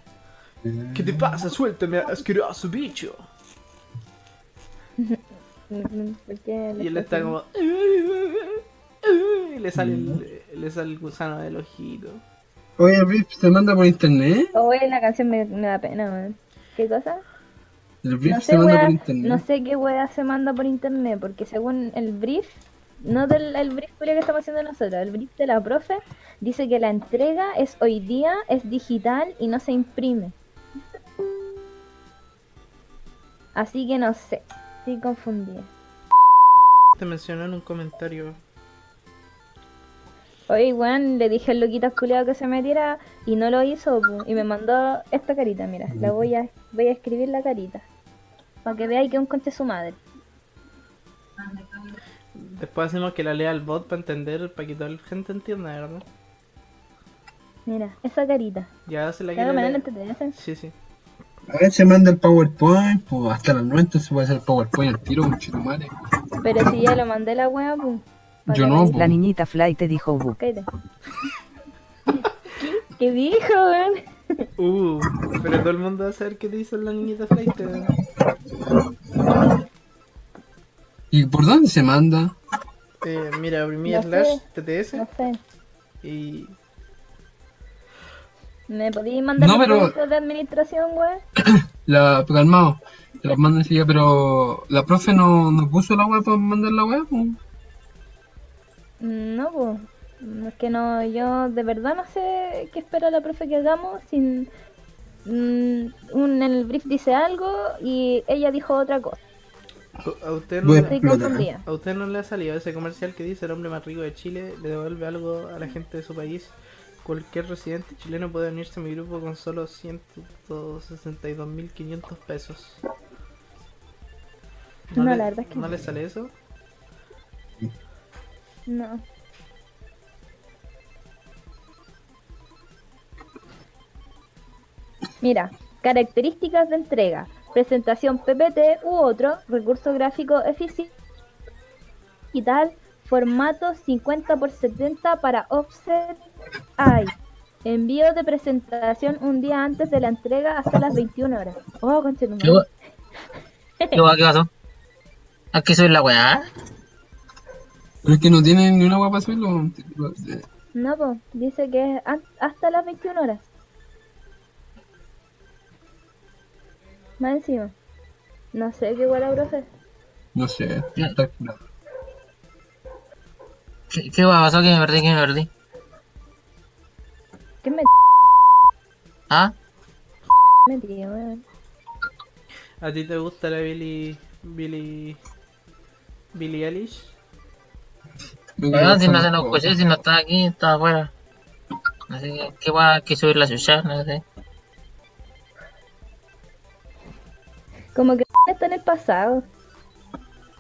S2: ¿Qué te pasa? Suéltame, asqueroso bicho.
S3: Mm, ¿Por qué le
S2: Y él
S3: fue
S2: está
S3: así?
S2: como... Y le sale el, le sale el gusano del ojito.
S4: Oye, Rip, ¿se manda por internet?
S3: Oye, la canción me, me da pena, weón. ¿Qué cosa?
S4: El Rip
S3: No
S4: se
S3: sé,
S4: manda
S3: wea-
S4: por internet.
S3: no sé qué weá se manda por internet, porque según el brief, no del el brief culiao que estamos haciendo nosotros, el brief de la profe, dice que la entrega es hoy día, es digital y no se imprime. Así que no sé, estoy confundida.
S2: Te mencionó en un comentario.
S3: Oye, weón, le dije al loquito culiado que se metiera y no lo hizo, pu, y me mandó esta carita, mira, la voy a, voy a escribir la carita, para que veáis que es un conche su madre.
S2: Después hacemos que la lea el bot para entender, para que toda la gente entienda, ¿verdad?
S3: Mira, esa carita.
S2: Ya se la
S3: Claro,
S2: quiero
S3: me dan
S2: leer.
S3: entretenerse.
S2: Sí, sí.
S4: A ver, se manda el PowerPoint, pues hasta las 90 se puede hacer el PowerPoint al tiro, con madre.
S3: Pero si ya lo mandé la wea, pues.
S4: Yo no, pues.
S6: La niñita Fly te dijo bu.
S3: Cállate. ¿Qué? ¿Qué dijo, weón?
S2: Uh, pero todo el mundo va a saber qué te hizo la niñita flight. weón.
S4: ¿Y por dónde se manda?
S2: Eh, mira, oprimí
S3: No
S2: slash
S3: sé.
S2: TTS
S3: No sé.
S2: y.
S3: ¿Me podías mandar
S4: No,
S3: los
S4: pero-
S3: proyectos de administración, weón?
S4: La, calmado, te las manda enseguida, pero la profe no, no puso la web para mandar la web.
S3: No, pues. Es que no, yo de verdad no sé qué espera la profe que hagamos sin... mm, un, en el brief dice algo y ella dijo otra cosa.
S2: A usted, no
S4: Bueno.
S3: Estoy
S2: le,
S4: Explota.
S3: confundida.
S2: a usted no le ha salido ese comercial que dice el hombre más rico de Chile le devuelve algo a la gente de su país. Cualquier residente chileno puede unirse a mi grupo con solo 162.500 pesos.
S3: No,
S2: le-
S3: la verdad es que
S2: ¿No
S3: no.
S2: le sale eso?
S3: No. Mira, características de entrega. Presentación PPT u otro, recurso gráfico eficiente, digital, formato 50 x 70 para offset AI. Envío de presentación un día antes de la entrega hasta las 21 horas. Oh, conchetumare.
S1: ¿Qué, va- qué va- qué pasó? Aquí soy la weá.
S4: Pero es que no tiene ni una web para subirlo.
S3: No, po, dice que es an- hasta las 21 horas. Más encima. No sé qué huele, profe.
S4: No sé, está curado.
S1: ¿Qué, qué va- pasó? Que me perdí, que me perdí.
S3: ¿Qué me
S1: ¿Ah?
S3: metí, weón?
S2: ¿A ti te gusta la Billy. Billy. Billie Eilish?
S1: Perdón, si no se lo escuché, si no está aquí, está afuera. Así que, ¿qué va a subir la suya? No sé.
S3: Como que está en el pasado.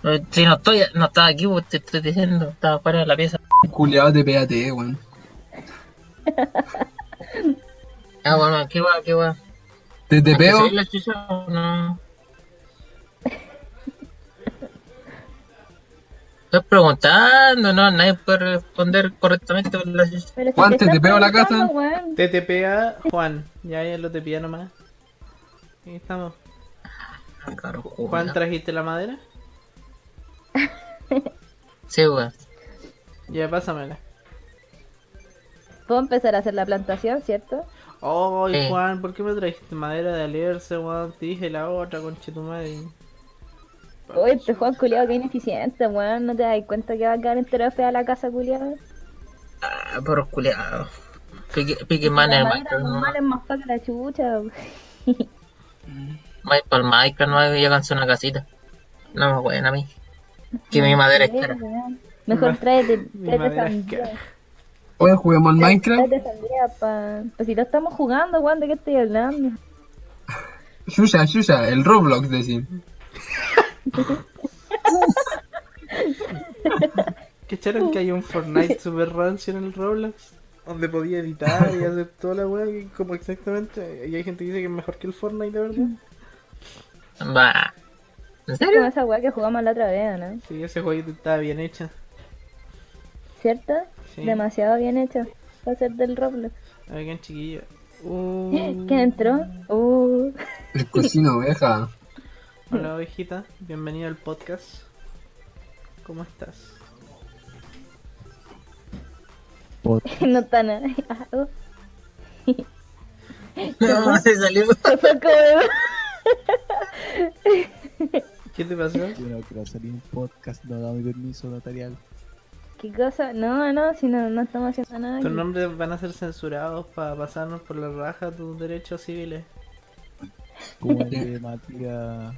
S1: Eh, Si no estoy, no estaba aquí, pues, te estoy diciendo, estaba afuera de la pieza.
S4: Culeado de PAT, weón.
S1: Ah, bueno, ¿qué va? ¿Qué va?
S4: Te te
S1: ¿Hay que
S4: peo,
S1: subir la chucha o no? Estoy preguntando, no, nadie puede responder correctamente por la chucha.
S3: Pero si
S4: Juan, te-
S3: están
S4: te pego la
S3: preguntando,
S4: casa.
S3: weón.
S2: TTPA Juan. Ya, ya lo TPA nomás. Ahí estamos.
S1: Ah, Claro,
S2: Juan,
S1: Juan.
S2: ¿trajiste la madera?
S1: Sí, pues. weón.
S2: Ya, pásamela.
S3: Puedo empezar a hacer la plantación, ¿cierto?
S2: Oh,
S1: Sí.
S2: Juan, ¿por qué me trajiste madera de alerce, Juan? Te dije la otra, conche tu madre.
S3: Uy, este Juan culiado que ineficiente, weón. No te das cuenta que va a quedar entero fea la casa, culiado.
S1: Eh, Ah, por culiado. Pique, pique man
S3: La
S1: el
S3: madera
S1: Minecraft, no.
S3: normal es más fea que la chucha.
S1: Más para el Minecraft, no yo alcancé una casita. No me weón a mí. Que mi madera es cara.
S3: weón. Mejor
S2: Ma-
S3: tráete,
S2: Mi
S3: tráete
S2: madera es
S3: sandía.
S2: cara.
S4: hoy juguemos al Minecraft.
S3: Date sandía, pa. Pues si lo estamos jugando, Juan, ¿de qué estoy hablando?
S4: Shusha, Shusha, el Roblox, decir.
S2: ¿Cacharon que hay un Fortnite super rancio en el Roblox? Donde podía editar y hacer toda la weá, que como exactamente. Y hay gente que dice que es mejor que el Fortnite, de verdad.
S1: Va. ¿En
S3: Como
S1: serio?
S3: esa weá que jugamos la otra vez, ¿no?
S2: Sí, ese jueguito estaba bien hecho.
S3: ¿Cierto?
S2: Sí.
S3: Demasiado bien hecho. Va a ser del Roblox.
S2: A ver, qué chiquillo.
S7: Mm.
S2: Uh,
S3: ¿Quién entró? Uh.
S4: El cocino oveja.
S2: Hola, ovejita. Bienvenido al podcast. ¿Cómo estás?
S3: No está nada. Ah, uh.
S1: No, se salió.
S3: Se fue como de-
S2: ¿Qué te pasó?
S7: Yo no quiero salir un podcast, no da mi permiso notarial.
S3: ¿Qué cosa? No, no, si no, no estamos haciendo nada.
S2: Tus
S3: aquí.
S2: nombres van a ser censurados para pasarnos por la raja tus derechos civiles.
S7: Como el de Matías.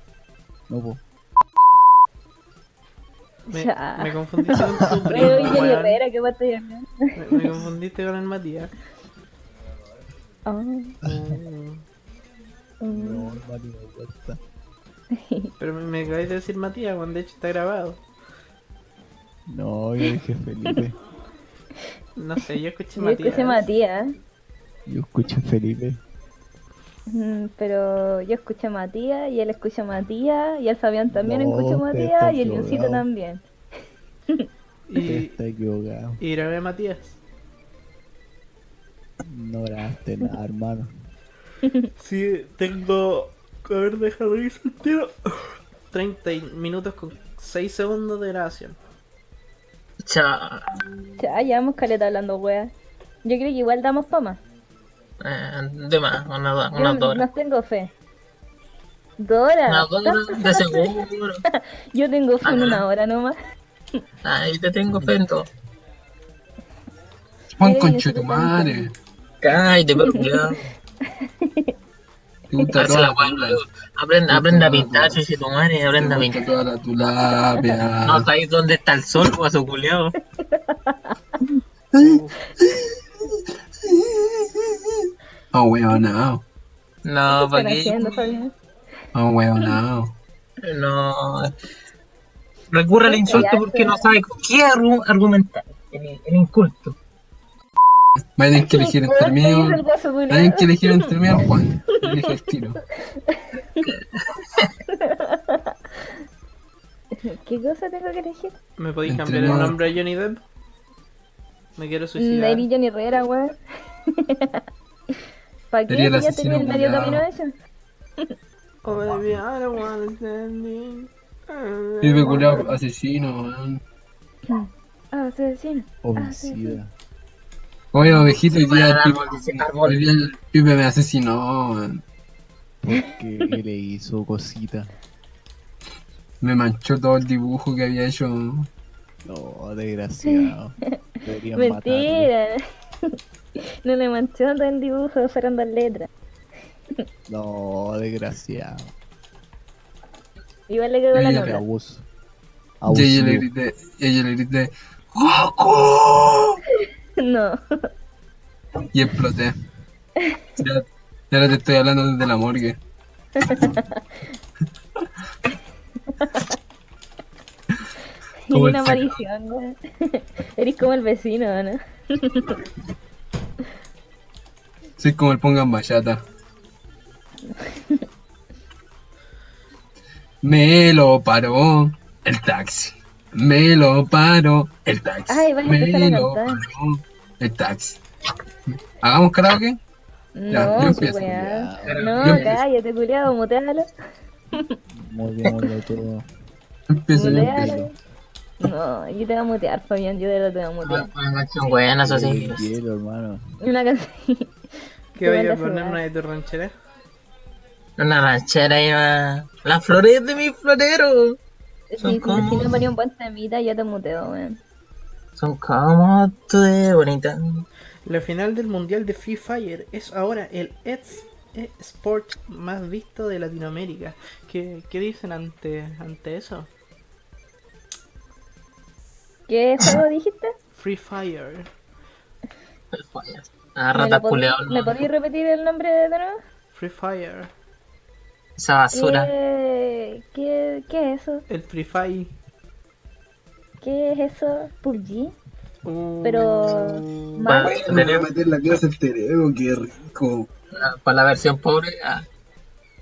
S7: No, po.
S2: Me,
S3: Ya.
S2: me confundiste con tu
S3: Oye,
S2: primo,
S3: oye,
S2: weón.
S3: Herrera, ¿qué guata de Herrera?
S2: Me, me confundiste con el Matías.
S3: Ah,
S2: Uh,
S3: uh.
S7: No, Mati no cuenta.
S2: pero me, me acabáis de decir Matías, cuando de hecho está grabado.
S7: No, yo dije Felipe.
S2: No sé, yo escuché
S3: Yo
S2: Matías.
S3: escuché Matías,
S7: Yo escucho Felipe.
S3: mm, pero yo escuché Matías y él escucha Matías y el Fabián también
S7: No,
S3: escucha
S7: ustedes
S3: Matías
S7: están
S3: y el Lucito
S7: floreados.
S3: también.
S7: Usted
S2: Y,
S7: está equivocado.
S2: y grabé a Matías.
S7: No grabaste nada, hermano.
S2: Sí, tengo. A ver, deja revisar el tiro. 30 y- minutos con 6 segundos de grabación.
S1: Cha.
S3: Ya, llevamos caleta hablando, weas. Yo creo que igual damos poma.
S1: Eh, de más, una, do-
S3: Yo
S1: una dora.
S3: no tengo fe. Dora.
S1: Una dora de seguro.
S3: Yo tengo fe en
S1: Ah.
S3: una hora nomás.
S1: Ahí te tengo pento.
S4: Juan
S3: Mira,
S4: Conchetumare.
S1: Cállate, pero cuidado.
S4: Te gusta
S1: Darse
S4: toda
S1: la
S4: la
S1: guay,
S4: tula.
S1: Aprenda, aprenda a pintar, si tu madre,
S4: Te
S1: aprenda a
S4: gusta
S1: pintar.
S4: toda la tulapia.
S1: No, está ahí donde está el sol, pues, a su culiao.
S4: Ah, huevonao.
S1: No,
S3: ¿Qué
S1: ¿para
S3: están
S1: qué?
S3: haciendo, Fabián?
S4: Ah, huevonao.
S1: No. Recurre al insulto porque no sabe con qué argu- argumentar. El, el inculto.
S4: Va a tener que elegir entre mí o.
S3: Yo el guaso culiao.
S4: Tienen que elegir entre mí o Juan. Elige el tiro.
S3: ¿Qué cosa tengo que elegir?
S2: ¿Me podéis
S4: Entre
S2: cambiar el
S4: nada.
S2: nombre a Johnny Depp? Me quiero suicidar.
S3: Neri Johnny Herrera, weón. ¿Para qué?
S4: Sería el
S3: Si Ya tenía
S4: asesino
S3: el medio
S4: culiao.
S3: camino hecho.
S2: Oh, baby, I don't wanna stand in.
S4: Vive culiao asesino, weón.
S3: Ah, Asesino.
S7: Homicida.
S4: Oye, ovejito, hoy día el
S1: Para
S4: pibe-
S1: ese
S4: hoy día el pibe me asesinó, weón.
S7: Porque le hizo cosita.
S4: Me manchó todo el dibujo que había hecho.
S7: No, desgraciado. Deberían matarlo.
S3: Mentira. No le manchó todo el dibujo, fueron dos letras.
S7: No, desgraciado.
S3: Igual le quedó la
S4: Ella
S7: Qué
S3: nota.
S7: abuso.
S4: Y ella le
S7: Abusivo.
S4: grité, y ella le grité, ¡Goku!
S3: No.
S4: Y exploté. Ya, ya ahora te estoy hablando desde la morgue.
S3: Y
S4: Como el
S3: una
S4: saco.
S3: aparición, weón. Eres como el vecino, ¿no?
S4: Soy como el pongan bachata. Me lo paró el taxi. Me lo paró el taxi.
S3: Ay, vas a
S4: Me
S3: empezar a
S4: lo
S3: cantar.
S4: paró el taxi. ¿Hagamos karaoke? Ya, yo
S3: No,
S4: empiezo,
S3: weá.
S7: ya.
S3: No,
S4: Yo empiezo.
S3: cállate, culiado, mutealo.
S7: Muy bien, hola todo.
S4: Empiezo yo. empiezo.
S3: Mutealo. No, yo te voy a mutear, Fabián, yo de verdad te voy a mutear.
S1: Ah, Una canción buena, eso sí.
S7: El hielo, hermano.
S3: Una canción.
S2: ¿Qué voy a
S3: Tremenda
S2: poner
S3: jugada.
S2: una de tus rancheras?
S1: Una ranchera ahí va. Las flores de mi florero.
S3: Si,
S1: Son
S3: si,
S1: como-
S3: si no ponía un buen temita, yo te muteo, weón.
S1: Son como tú de bonita.
S2: La final del mundial de Free Fire es ahora el ex- e-sport más visto de Latinoamérica. ¿Qué, qué dicen ante, ante eso?
S3: ¿Qué juego dijiste?
S2: Free Fire.
S1: Ah,
S3: ¿Me,
S1: rata
S3: lo pod-
S1: culeado.
S3: ¿Me podéis repetir el nombre de nuevo?
S2: Free Fire.
S1: Esa
S3: Eh.
S1: basura.
S3: ¿Qué, qué, ¿Qué es eso?
S2: El Free Fire.
S3: ¿Qué es eso? ¿PUBG?
S2: Uh,
S3: Pero-
S1: Para,
S3: ¿Malo?
S4: meter la clase al cerebro, qué rico.
S1: Ah, para la versión pobre. ah,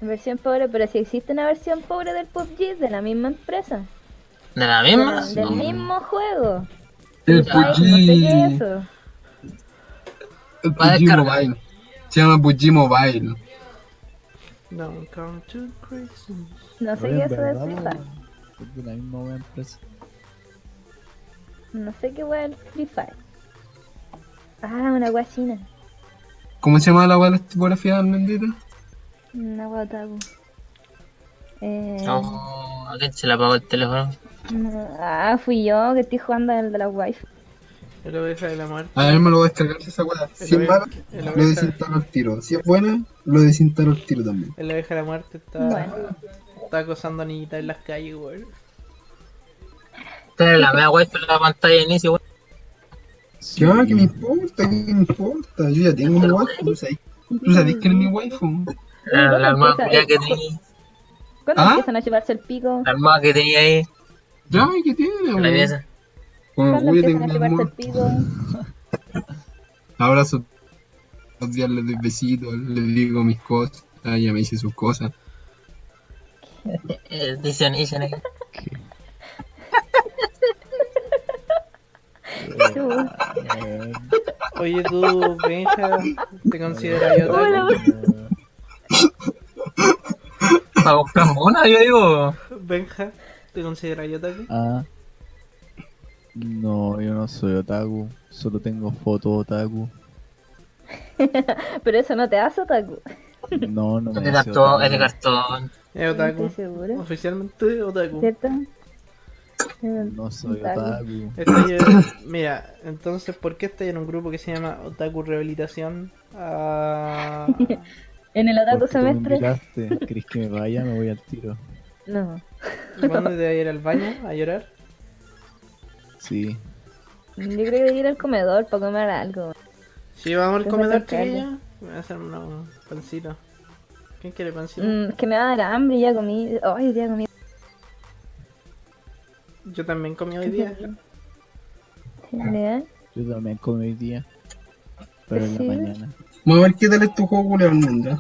S3: Versión pobre, pero si existe una versión pobre del PUBG de la misma empresa.
S1: de la
S3: Del-
S1: misma.
S3: Del mismo juego.
S4: El
S3: Ay, no sé qué es
S4: Puji.
S3: eso.
S4: El
S1: Va a
S4: Puji
S1: descargar.
S4: Mobile. Se llama Puji Mobile.
S2: Don't come to Christmas.
S3: No sé
S7: Oye,
S3: qué
S7: en
S3: es eso
S7: verdad,
S3: de Free Fire.
S7: Es de la misma wea empresa.
S3: No sé qué wea es el Free Fire. Ah, una wea china.
S4: ¿Cómo se llama la web de tipografía Armendita?
S3: Una wea otaku. Eh,
S1: No, Oh, ¿A quién se le apagó el teléfono?
S3: no- Ah, fui yo que estoy jugando el de la wife.
S2: El oveja de la muerte.
S4: A ver, me lo voy a descargar esa weá. Si es mala,
S2: El
S4: lo
S2: oveja,
S4: desinstalo al tiro. Si es buena, lo desinstalo al tiro también.
S2: el oveja de la muerte está,
S3: Bueno.
S2: está acosando a niñitas en las calles, weón.
S1: Esta es la mea wifi en la pantalla de inicio, weón.
S4: ¿Qué va? ¿Qué me importa? ¿Qué me importa? Yo ya tengo mi waifu. ¿Tú sabes, ¿Tú sabes que es mi waifu?
S1: La, la armada
S3: empieza?
S1: culiao que tenía.
S3: ¿Cuándo
S4: ¿Ah?
S3: empiezan a chuparse el pico?
S1: La armada que tenía ahí.
S4: Ya, ¿qué tiene?
S3: Mm.
S1: en La
S4: weón?
S1: pieza.
S4: Con
S3: ¿Cuándo
S4: orgullo
S3: empiezan
S4: tengo
S3: a
S4: mi
S3: chuparse el
S4: amor.
S3: pico?
S4: Abrazo. Los días les doy besitos, les digo mis cosas. Ella me dice sus cosas.
S1: Eh, Dicen, dicen ahí.
S2: Oye, tú, Benja, ¿te consideras yo
S3: Hola,
S2: otaku?
S1: Para comprar mona, yo digo.
S2: Benja, ¿te consideras yo otaku?
S7: Ah. No, yo no soy otaku. Solo tengo fotos otaku.
S3: Pero eso no te hace otaku.
S7: No, no me
S1: Es de
S7: hace
S1: cartón,
S7: otaku.
S1: es de cartón.
S2: Es
S3: Estoy
S2: otaku.
S7: Oh,
S3: seguro.
S2: Oficialmente otaku.
S3: ¿Cierto? Eh,
S7: No soy
S3: Otaku.
S7: otaku.
S2: Estoy en- eh, mira, entonces, ¿por qué estoy en un grupo que se llama Otaku Rehabilitación? Ah,
S3: En el otaku
S7: Porque tú me
S3: semestre.
S7: invitaste. ¿Querés que me vaya? Me voy al tiro.
S3: No.
S2: ¿Y cuándo te vas a ir al baño a llorar?
S7: Sí.
S3: Yo creo que ir al comedor para comer algo.
S2: Sí, vamos al
S3: Te
S2: comedor,
S3: saca el
S2: chiquillo. Voy a hacer unos pancitos. ¿Quién quiere pancito?
S3: Mm, es que me va a dar hambre y ya comí. Ay, hoy día comí.
S2: Yo también comí hoy día.
S7: Ah.
S3: ¿Legal?
S7: Yo también comí hoy día. Pero en la
S3: Sí.
S7: mañana.
S4: Vamos a ver qué tal es tu juego, León Mundo.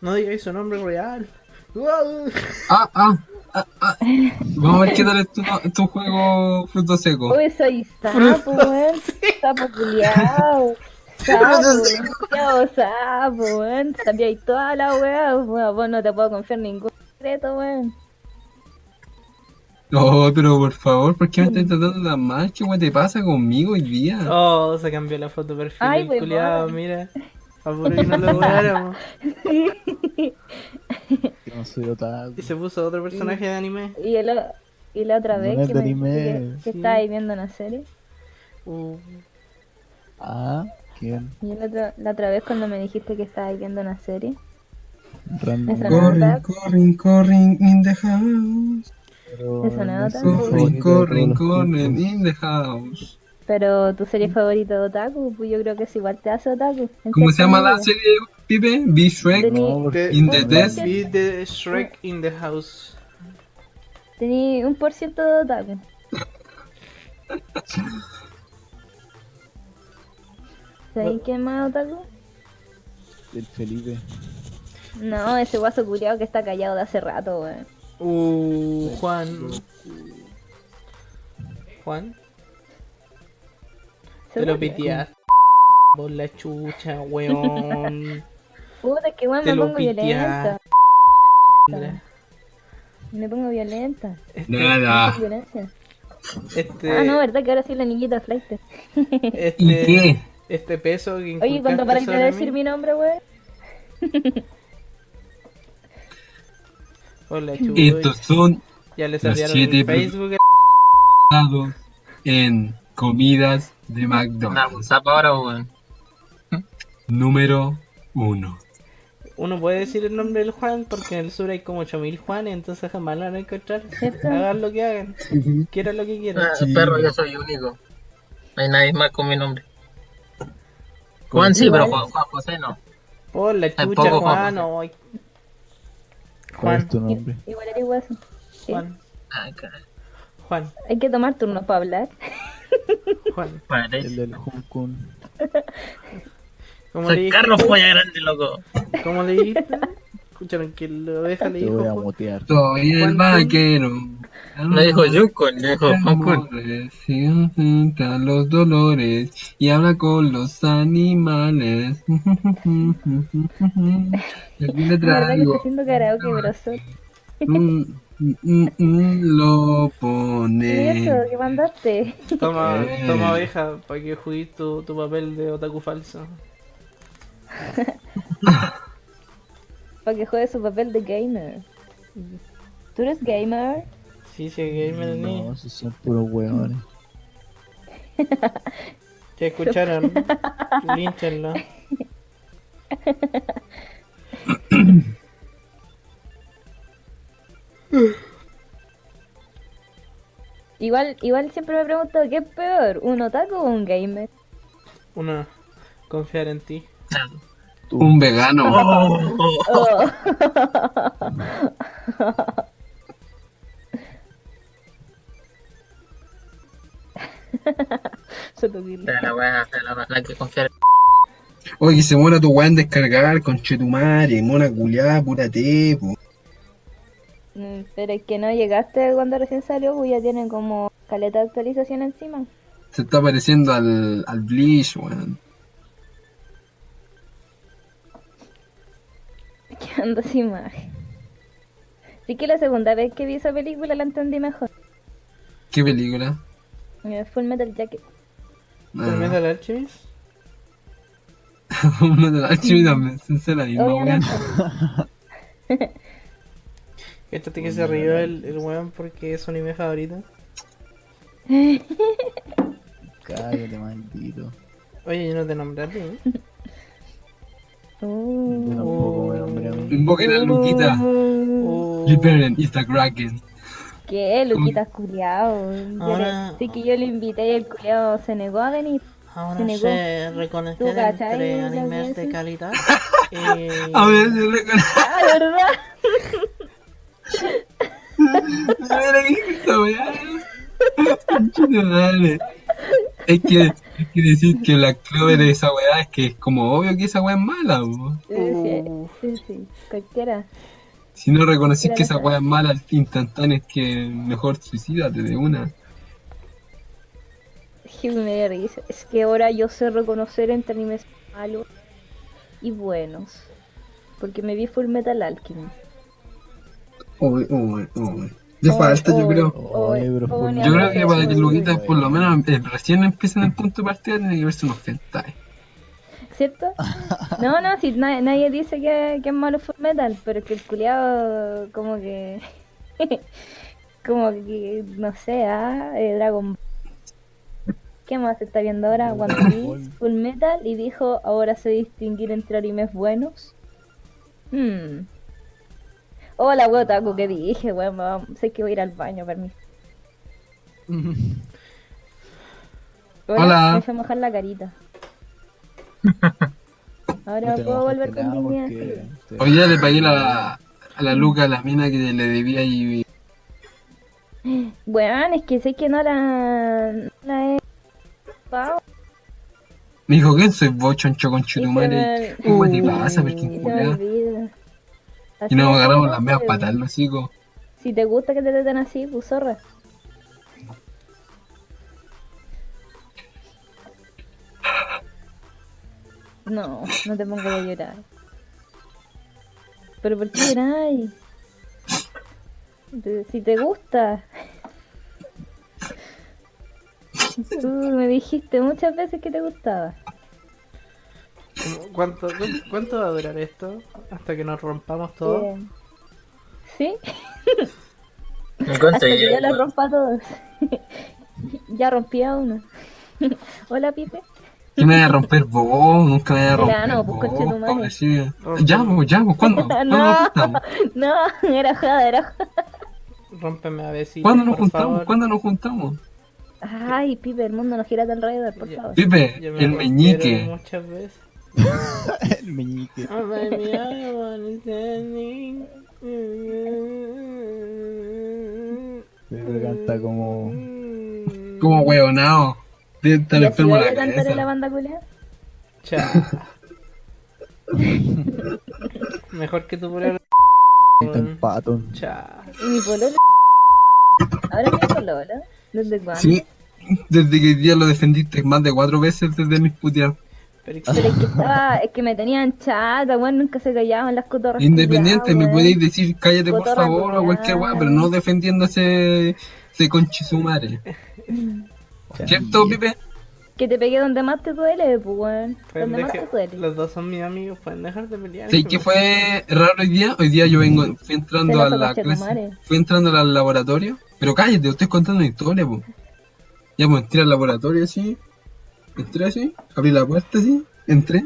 S2: No digáis su nombre real. ¡Wow!
S4: Ah, ah, ah, ah. Vamos a ver qué tal es tu, tu juego fruto seco.
S3: Uy, soy sapo, weón. Sapo culiao. Sapo, culiao, sapo, weón. Sabía y toda la weá. Bueno, vos no te puedo confiar ningún secreto, weón.
S4: No, pero por favor, ¿por qué me estás tratando tan mal? ¿Qué weón te pasa conmigo hoy día?
S2: Oh, se cambió la foto de perfil
S3: Ay,
S2: del
S3: weón.
S2: culiao, mira. A puro que no lo lográramos.
S7: Yo no soy otaku.
S2: Y se puso otro personaje de anime.
S3: Y, el o- y la otra
S7: No
S3: vez
S7: me
S3: que me dijiste
S7: desanimé.
S3: que, que
S2: Sí.
S3: estaba ahí viendo una serie.
S2: Uh,
S7: Ah, ¿quién?
S3: Y la otra, la otra vez cuando me dijiste que estaba ahí viendo una serie.
S7: Random.
S3: Esa no.
S4: Corren, corren, corren, in the house.
S7: pero
S3: Eso no
S7: no
S3: es
S7: soy
S3: otaku.
S7: favorito de
S4: Corren,
S7: todos
S4: corren,
S7: los
S4: corren,
S7: tiempos.
S4: in the house.
S3: Pero tu
S7: Mm.
S3: serie favorita de Otaku, pues yo creo que es igual te hace Otaku. en
S4: ¿Cómo se
S3: cierta
S4: llama la
S3: medida.
S4: serie, Pipe? B-Shrek.
S3: Tení-
S7: No, porque-
S4: In the death.
S2: be the Shrek in the house.
S3: Tení un por ciento de Otaku. ¿Sabéis quién más es Otaku?
S7: El Felipe.
S3: No, ese guaso culiao que está callado de hace rato, weón.
S2: Uh, Juan. Juan, te lo
S3: ¿Seguro?
S2: piteaste. Por la chucha, weón.
S3: Puta, es que weón
S2: Te
S3: me
S2: lo
S3: pongo
S2: piteaste.
S3: violenta. Ah, Me pongo violenta.
S2: Este,
S4: Nada.
S3: Violencia.
S2: este,
S3: Ah, no, verdad que ahora sí la niñita flight.
S4: ¿Y
S2: este,
S4: qué?
S2: este peso que
S3: Oye, cuando
S2: inculcaste
S3: paráis de
S2: sobre
S3: decir
S2: mí-
S3: mi nombre, weón.
S2: Por la chucha.
S4: Estos son
S2: Ya le
S4: los
S2: salieron
S4: siete
S2: en Facebook.
S4: dados en comidas de
S1: Una
S4: McDonald's.
S1: WhatsApp ahora, weón.
S4: Número uno.
S2: Uno puede decir el nombre del Juan porque en el sur hay como 8000 Juanes, entonces jamás lo van a encontrar.
S3: ¿Cierto?
S2: Hagan lo que hagan, quieran lo que
S1: Ah,
S2: quieran.
S1: perro, yo soy único. No hay nadie más con mi nombre. Juan sí, pero Juan, Juan José no.
S2: Por Oh, la chucha,
S1: Tampoco
S2: Juan,
S1: vamos.
S2: ay,
S7: ¿Cuál
S2: Juan.
S7: es tu nombre?
S3: Igual eres guaso. Sí.
S2: Juan,
S1: Ay, caray.
S2: Juan,
S3: Hay que tomar turnos para hablar.
S2: Juan.
S7: El
S1: Parece.
S7: del Hong Kong.
S2: Como le
S1: Soy
S2: dije,
S1: Carlos Polla Grande, loco.
S2: como le dijiste, escucharon que la oveja le
S7: Te voy a
S2: dijo Juan.
S7: mutear.
S4: Soy el
S2: ¿Cuánto?
S4: vaquero.
S1: No dijo Junko, le dijo Juan Kun.
S4: Se ausentan los dolores y habla con los animales. Aquí le
S3: La verdad que estoy
S4: traigo.
S3: haciendo karaoke, pero soy.
S4: Mm, mm, mm, mm, Lo
S3: ¿Qué es
S4: pone.
S3: eso? ¿Qué mandaste?
S2: Toma,
S4: Eh.
S2: toma oveja para que juguís tu, tu papel de otaku falso.
S3: Para que juegue su papel de gamer. ¿Tú eres gamer?
S2: Sí, sí, gamer ni.
S7: No, esos son puros hueones.
S2: Ya escucharon, línchenlo.
S3: Igual, igual siempre me pregunto, ¿qué es peor? ¿Un otaku o un gamer?
S2: Uno, confiar en ti.
S4: Un vegano.
S1: Oh, oh, oh.
S3: Oh. Solo dile.
S1: Te la voy a te la voy a- hay que confiar.
S4: Oye, que se muera tu weón descargar, conchetumare, mona culiada, apúrate, po.
S3: Mm, Pero es que no llegaste cuando recién salió, pues ya tienen como caleta de actualización encima.
S4: Se está pareciendo al, al Bleach, weón.
S3: Quedando sin imagen. Así que la segunda vez que vi esa película la entendí mejor.
S4: ¿Qué película?
S3: Eh, Full Metal Jacket.
S2: ¿Volviendo al Alchemist?
S4: Ah, Uno de las chivas también se hace la misma, weón.
S3: Obviamente.
S2: Esto tiene Este que se rió el, el weón porque es su anime favorito.
S7: Cállate, maldito.
S2: Oye, yo no te nombré a ti, ¿eh?
S3: Uh,
S7: Yo tampoco, weón, hombre.
S4: Invoquen a Luquita.
S3: Mm.
S2: Oh.
S4: Liberen Insta Kraken.
S3: ¿Qué? Luquitas culiao. Yo le-
S2: Ahora-
S3: Sí que yo le invité y el culiao se negó a venir. Se
S2: Ahora
S3: negó.
S2: se reconocer
S3: ¿Tú cachai
S2: entre
S3: lo
S2: animes
S3: que
S2: de
S3: es?
S2: calidad. Eh, y...
S4: A ver, yo reconozco.
S3: Ah, la verdad.
S4: A ver, aquí está, weón. Conchita ¿eh? madre. Es que, es que decir que Black Clover es esa weá, es que es como obvio que esa weá es mala, weón.
S3: Sí, sí, sí, sí, cualquiera.
S4: Si no reconocís que esa weá es mala al instantáneo, es que mejor suicídate de una.
S3: Y me dio risa. Es que ahora yo sé reconocer entre animes malos y buenos. Porque me vi Full Metal Alchemist.
S4: Uy, uy, uy. Le falta, yo
S3: Oh,
S4: creo.
S3: oh,
S7: Oye, pero
S3: oh,
S7: Full
S3: una
S7: Metal
S4: Yo creo que para que
S3: muy
S4: Luquitas
S3: buena.
S4: por lo menos eh, recién empiecen el punto de partida tiene que verse unos hentai.
S3: ¿Cierto? No, no, si nadie, nadie dice que, que es malo Full Metal, pero es que el culiado como que... como que, no sé, ah, eh, Dragon Ball. ¿Qué más se está viendo ahora? One Piece, Full Metal, y dijo, ahora sé distinguir entre animes buenos. Hmm. Hola, weón, Taku, que dije, weón, me va- sé que voy a ir al baño, permiso.
S4: Hola.
S3: Me fue a mojar la carita. Ahora puedo volver con dignidad.
S4: Hoy día le pagué la, a la Luca a la mina que le debía y
S3: Weón, es que sé que no la, no la he ocupado.
S4: me dijo que soy bochón chocón
S3: Y se
S4: chirumare.
S3: me,
S4: ¿Cómo te pasa,
S3: y
S4: Virgen
S3: se me
S4: culiá?
S3: olvida. Así
S4: Y nos
S3: es,
S4: agarramos
S3: ¿no?
S4: las meas
S3: Pero
S4: patas, los chicos.
S3: Si te gusta que te traten así, pues zorra. No, no te pongas a llorar. ¿Pero por qué lloráis? Te- Si te gusta. Tú me dijiste muchas veces que te gustaba.
S2: ¿Cuánto, cu- ¿Cuánto va a durar esto? Hasta que nos rompamos todos.
S3: Bien. ¿Sí?
S1: ¿Cuánto
S3: Hasta que yo
S1: lleva?
S3: los rompa a todos. ya rompí a uno. Hola, Pipe.
S4: ¿Qué me voy a romper vos? Nunca me voy a romper
S3: Ya, no, pues,
S4: vos,
S3: conchetumare.
S4: pobrecilla. Ya, vos, ya, vos, ¿cuándo? ¿Cuándo
S3: No.
S4: nos juntamos?
S3: No, era joda, era joda.
S2: Rómpeme a besitos,
S4: ¿Cuándo nos
S2: por
S4: juntamos?
S2: favor.
S4: ¿Cuándo nos juntamos?
S3: Ay, Pipe, el mundo no gira tan alrededor, por
S2: Ya.
S3: favor.
S4: Pipe,
S2: Yo me
S4: el meñique.
S2: rompieron muchas veces.
S7: El meñique.
S2: Oh, baby, I wanna stand
S7: Pero canta como.
S2: in-
S4: Como huevonao. Debe estar
S3: ¿Ya se
S4: enfermo
S3: va a
S4: la
S3: cantar en la
S4: cabeza.
S3: banda culia?
S2: Cha. Mejor que tu palabra.
S7: Tan patón.
S2: Cha.
S3: Y mi pololo. Ahora mi pololo. ¿Desde cuándo?
S4: Sí, desde que ya lo defendiste más de cuatro veces desde mis puteadas.
S3: Pues
S2: Pero es
S3: Pero es que estaba, es que me tenían chata, weón, nunca se callaban las cotorras.
S4: Independiente, me
S3: culiadas,
S4: podéis decir cállate por
S3: Cotorra
S4: favor o cualquier weá, pero no defendiendo a ese, ese conchizumare. ¿Cierto, Pipe?
S3: weón. Que te pegué donde más te duele, pues, weón.
S2: Pueden
S3: Donde más te
S2: dejar-
S3: duele.
S2: Los dos son mis amigos, pueden dejar de pelear.
S4: ¿Sabéis que fue raro hoy día? Hoy día yo vengo, fui entrando
S3: Pero
S4: a
S3: son
S4: la
S3: conchetumares.
S4: clase, fui entrando al laboratorio, pero cállate, estoy contando una historia, po. Ya, pues entré al laboratorio así, entré así, abrí la puerta así, entré,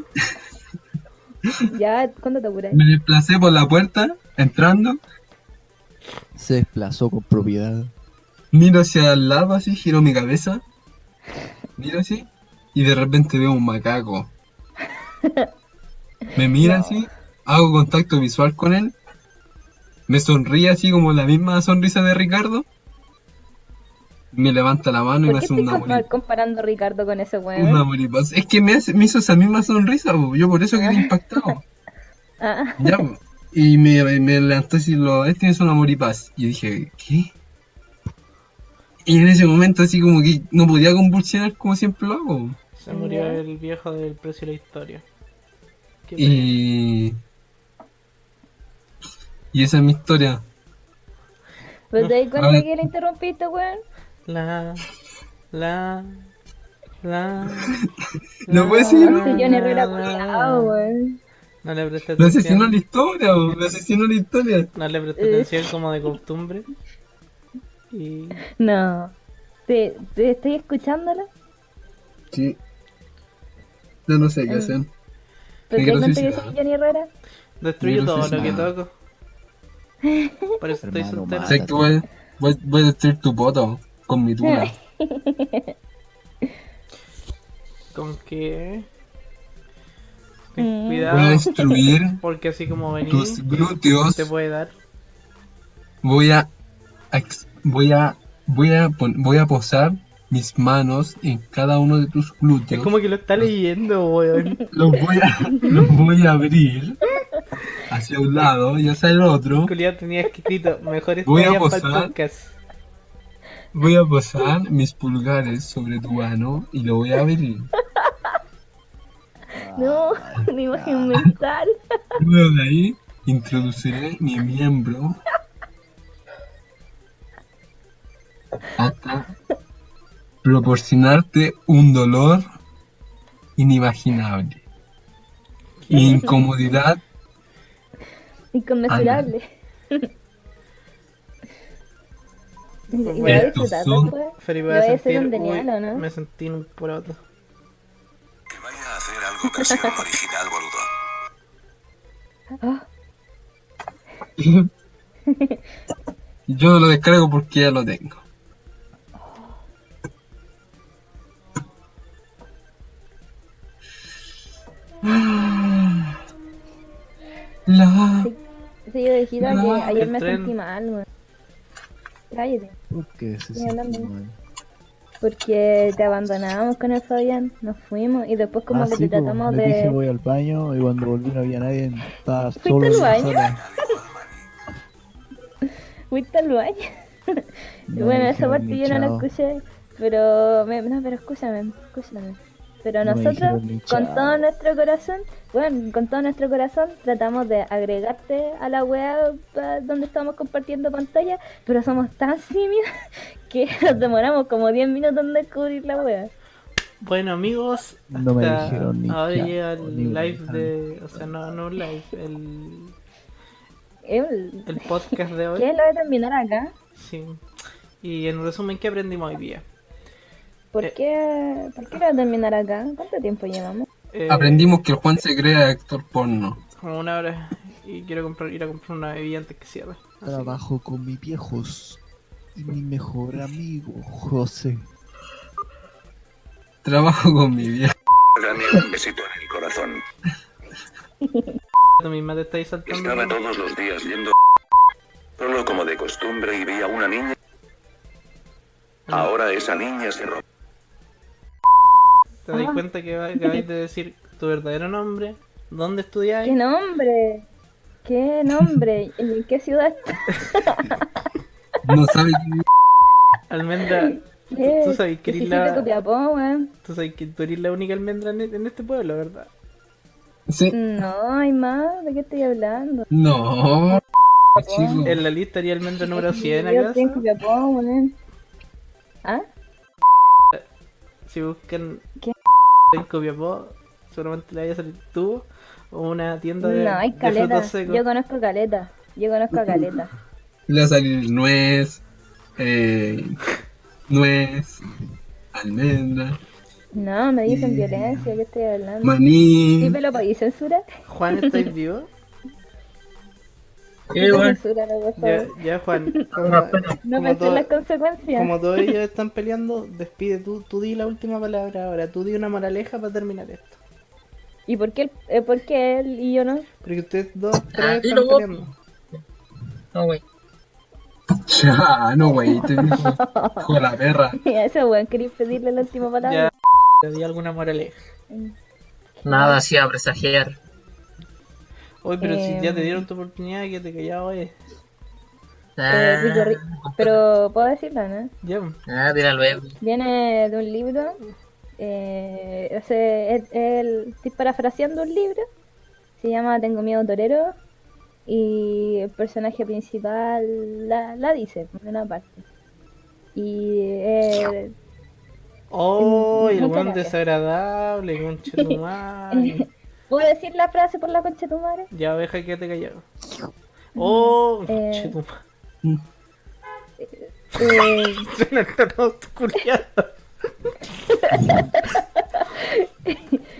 S3: Ya, ¿cuándo te apuras?
S4: me desplacé por la puerta, entrando,
S7: Se desplazó con propiedad.
S4: Miro hacia el lado así, giro mi cabeza. Miro así. Y de repente veo un macaco. Me mira así. Hago contacto visual con él. Me sonríe así como la misma sonrisa de Ricardo. Me levanta la mano y
S3: ¿Por
S4: me
S3: qué
S4: hace
S3: estoy
S4: una
S3: compa-
S4: mori-
S3: comparando a Ricardo con ese weón?
S4: una moripaza. Es que me, hace- me hizo esa misma sonrisa, bo, yo por eso quedé impactado.
S3: Ah,
S4: Ya, po. y me, me levantó así, lo, este es una moripaz. Y dije, ¿qué? Y en ese momento así como que no podía convulsionar como siempre lo hago.
S2: Se murió
S3: Ya.
S2: el viejo del precio de la historia. Qué pena.
S4: Y... Y esa es mi historia.
S3: ¿Pero ¿Pues te das cuenta
S4: Ahora-
S3: que la interrumpiste, weón?
S2: La, la, la.
S4: No puede
S3: Sí,
S4: ser.
S2: la,
S3: yo ni Herrera
S2: la,
S3: culiao, weón.
S2: No le presté
S4: Me asesinó
S2: atención.
S4: la historia, bo, me asesinó la historia.
S2: No le presté
S3: Eh.
S2: atención como de costumbre. Y.
S3: No. ¿Te, te estoy escuchándola?
S4: Sí. Yo no sé qué
S3: Ah.
S4: hacer.
S3: ¿Pero te
S4: Me
S3: das
S4: quiero
S3: cuenta que
S4: suicidar.
S3: soy Johnny Herrera?
S2: Destruyo
S4: Yo no
S2: todo
S4: sé
S2: lo que
S4: nada.
S2: toco. Por eso estoy
S7: Hermano,
S2: soltero.
S7: Ah,
S4: sé que voy, voy, voy a destruir tu poto con mi tula.
S2: Con que.
S3: Mm.
S7: Eh.
S2: Ten
S4: Voy a
S2: cuidado,
S4: destruir
S2: porque así como
S4: Pues, tus
S2: venís,
S4: glúteos.
S2: te puede dar.
S4: Voy a, a ex- voy a voy a pon- voy a posar mis manos en cada uno de tus glúteos.
S2: Es como que lo está leyendo, weón.
S4: Los voy a los voy a abrir hacia un lado y hacia el otro.
S2: Julián tenía escrito mejores
S4: Voy a
S2: teorías para el
S4: posar.
S2: podcast.
S4: Voy a posar mis pulgares sobre tu ano y lo voy a abrir.
S3: No, una imagen mental.
S4: Luego de ahí introduciré mi miembro hasta proporcionarte un dolor inimaginable e incomodidad
S3: Inconmensurable. ¿Y de- y de
S4: Estos
S3: eso trata,
S4: son-
S3: weón?
S2: Felipe
S3: Yo
S2: va a
S3: voy a ser
S2: sentir.
S3: un denial, ¿o
S2: uy,
S3: no?
S2: Me sentí en un poroto.
S8: Que vaya a hacer algo versión original, boludo.
S3: Ah,
S4: Yo no lo descargo porque ya lo tengo. Ah. La...
S3: sí, yo dijera
S4: No,
S3: que ayer
S2: el
S3: me
S2: tren.
S3: sentí mal, weón. Cállate.
S7: ¿Por qué se
S3: Estoy hablando.
S7: siente mal?
S3: Porque te abandonamos con el Fabián, nos fuimos y después como
S7: Ah,
S3: que
S7: sí,
S3: te
S7: po,
S3: tratamos
S7: le dije
S3: de...
S7: voy al baño y cuando volví no había nadie, estaba
S3: ¿Fuiste
S7: solo.
S3: al
S7: en
S3: baño?
S7: la sala.
S3: ¿Fuiste al baño?
S7: No,
S3: bueno,
S7: dije,
S3: esa parte
S7: ni
S3: yo no la
S7: chao.
S3: escuché, pero... me- No, pero escúchame, escúchame. Pero
S7: No me
S3: nosotros,
S7: dijeron ni
S3: con
S7: chao.
S3: todo nuestro corazón, bueno, con todo nuestro corazón, tratamos de agregarte a la web donde estamos compartiendo pantalla, pero somos tan simios que nos demoramos como 10 minutos en descubrir la web.
S2: Bueno, amigos,
S7: No me
S2: hasta
S7: dijeron ni
S2: ahora
S7: chao,
S2: llega el
S7: ni me
S2: live
S7: dejaron.
S2: de. O sea, no, no un live, el, el podcast de hoy.
S3: Em, ¿Qué lo voy a terminar acá?
S2: Sí. Y en resumen, ¿qué aprendimos hoy día?
S3: ¿Por
S2: Eh.
S3: qué, ¿Por qué lo voy a terminar acá? ¿Cuánto tiempo llevamos?
S2: Eh,
S4: Aprendimos que el Juan se crea actor porno.
S2: Como una hora y quiero comprar, ir a comprar una bebida antes que cierre. Así que-
S7: Trabajo con mis viejos y mi mejor amigo, José.
S4: Trabajo con mi vieja.
S8: Gané un besito en el corazón.
S2: Tú misma te estáis saltando.
S8: Estaba todos los días yendo. Solo como de costumbre y vi a una niña.
S2: Ah,
S8: Ahora esa niña se robó.
S2: Te das
S3: Ah.
S2: cuenta que va- acabáis de decir tu verdadero nombre, dónde estudiáis,
S3: ¿Qué nombre? ¿Qué nombre? ¿En qué ciudad
S4: No sabe quién es.
S2: almendra. Tú- tú sabes que
S3: ¿Qué
S2: eres
S3: hiciste
S2: la,
S3: Copiapó, weón?
S2: tú sabes que tú eres la única almendra en, en este pueblo, ¿verdad?
S4: Sí.
S3: No, hay más. ¿De qué estoy hablando?
S4: No. Chico.
S2: En la lista haría almendra número 100
S3: Yo estoy en
S2: acaso.
S3: Copiapó, weón. ¿Ah?
S2: Si buscan
S3: ¿Qué?
S2: en Copiapó, seguramente le vaya a salir tú o una tienda de,
S3: No, hay
S2: de
S3: caleta.
S2: frutos secos.
S3: Yo conozco caleta. Yo conozco a caleta.
S4: Le va a salir nuez. Eh, nuez. Almendra.
S3: No, me
S2: Mm.
S3: dicen violencia. ¿Qué estoy hablando?
S4: Maní.
S3: ¿Sí me lo podéis censurar?
S2: Juan, ¿estáis vivo?
S1: Sí, weón.
S3: Censúralo, por
S2: Ya,
S3: favor.
S2: ya Juan,
S1: Una
S2: como,
S1: pena.
S3: No
S2: como,
S3: pensé en
S2: todo-
S3: las consecuencias.
S2: como todos ellos están peleando, despide tú, tú di la última palabra ahora, tú di una moraleja para terminar esto.
S3: ¿Y por qué, él- eh, por qué él y yo no?
S2: Porque ustedes dos, tres
S1: y lo
S2: están
S1: voto.
S2: peleando.
S1: No, güey.
S4: Ya, no, güey. Te dijo. Con la perra.
S3: A ese weón quería pedirle la última
S2: Ya,
S3: palabra.
S2: te di alguna moraleja.
S1: Nada así a presagiar.
S2: Oye, pero si ya te
S3: Em.
S2: dieron tu oportunidad, que te callado, oye.
S1: Ah,
S3: Rico, Eh, ri- Pero puedo decirlo, ¿no?
S2: Ya,
S1: ah, dila luego.
S3: Viene de un libro. Eh, ese- es- el- estoy parafraseando un libro. Se llama Tengo miedo torero. Y el personaje principal la, la dice, en una parte. Y eh,
S2: Oh, el
S3: Muchas
S2: buen
S3: gracias.
S2: desagradable, conchetumare.
S3: ¿Puedo decir la frase por la concha de tu madre?
S2: ya, oveja, quédate callado. Oh,
S3: Eh.
S2: conchetumare.
S3: Eh,
S2: Suena el tratado culiado.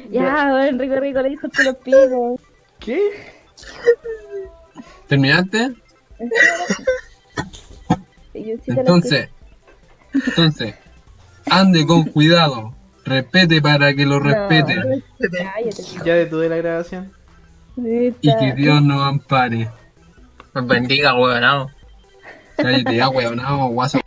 S3: ya, bueno, rico, rico, le dijo que los picos.
S2: ¿Qué?
S4: ¿Terminaste?
S3: Y yo sí te lo
S4: Entonces, entonces, ande con cuidado, respete para que lo
S3: pico. No,
S4: respeten
S3: cállate.
S2: Ya detuve la grabación.
S4: y
S3: Puta.
S4: que Dios nos ampare.
S1: Nos bendiga, weón.
S4: Cállate ya, weón, no, guaso.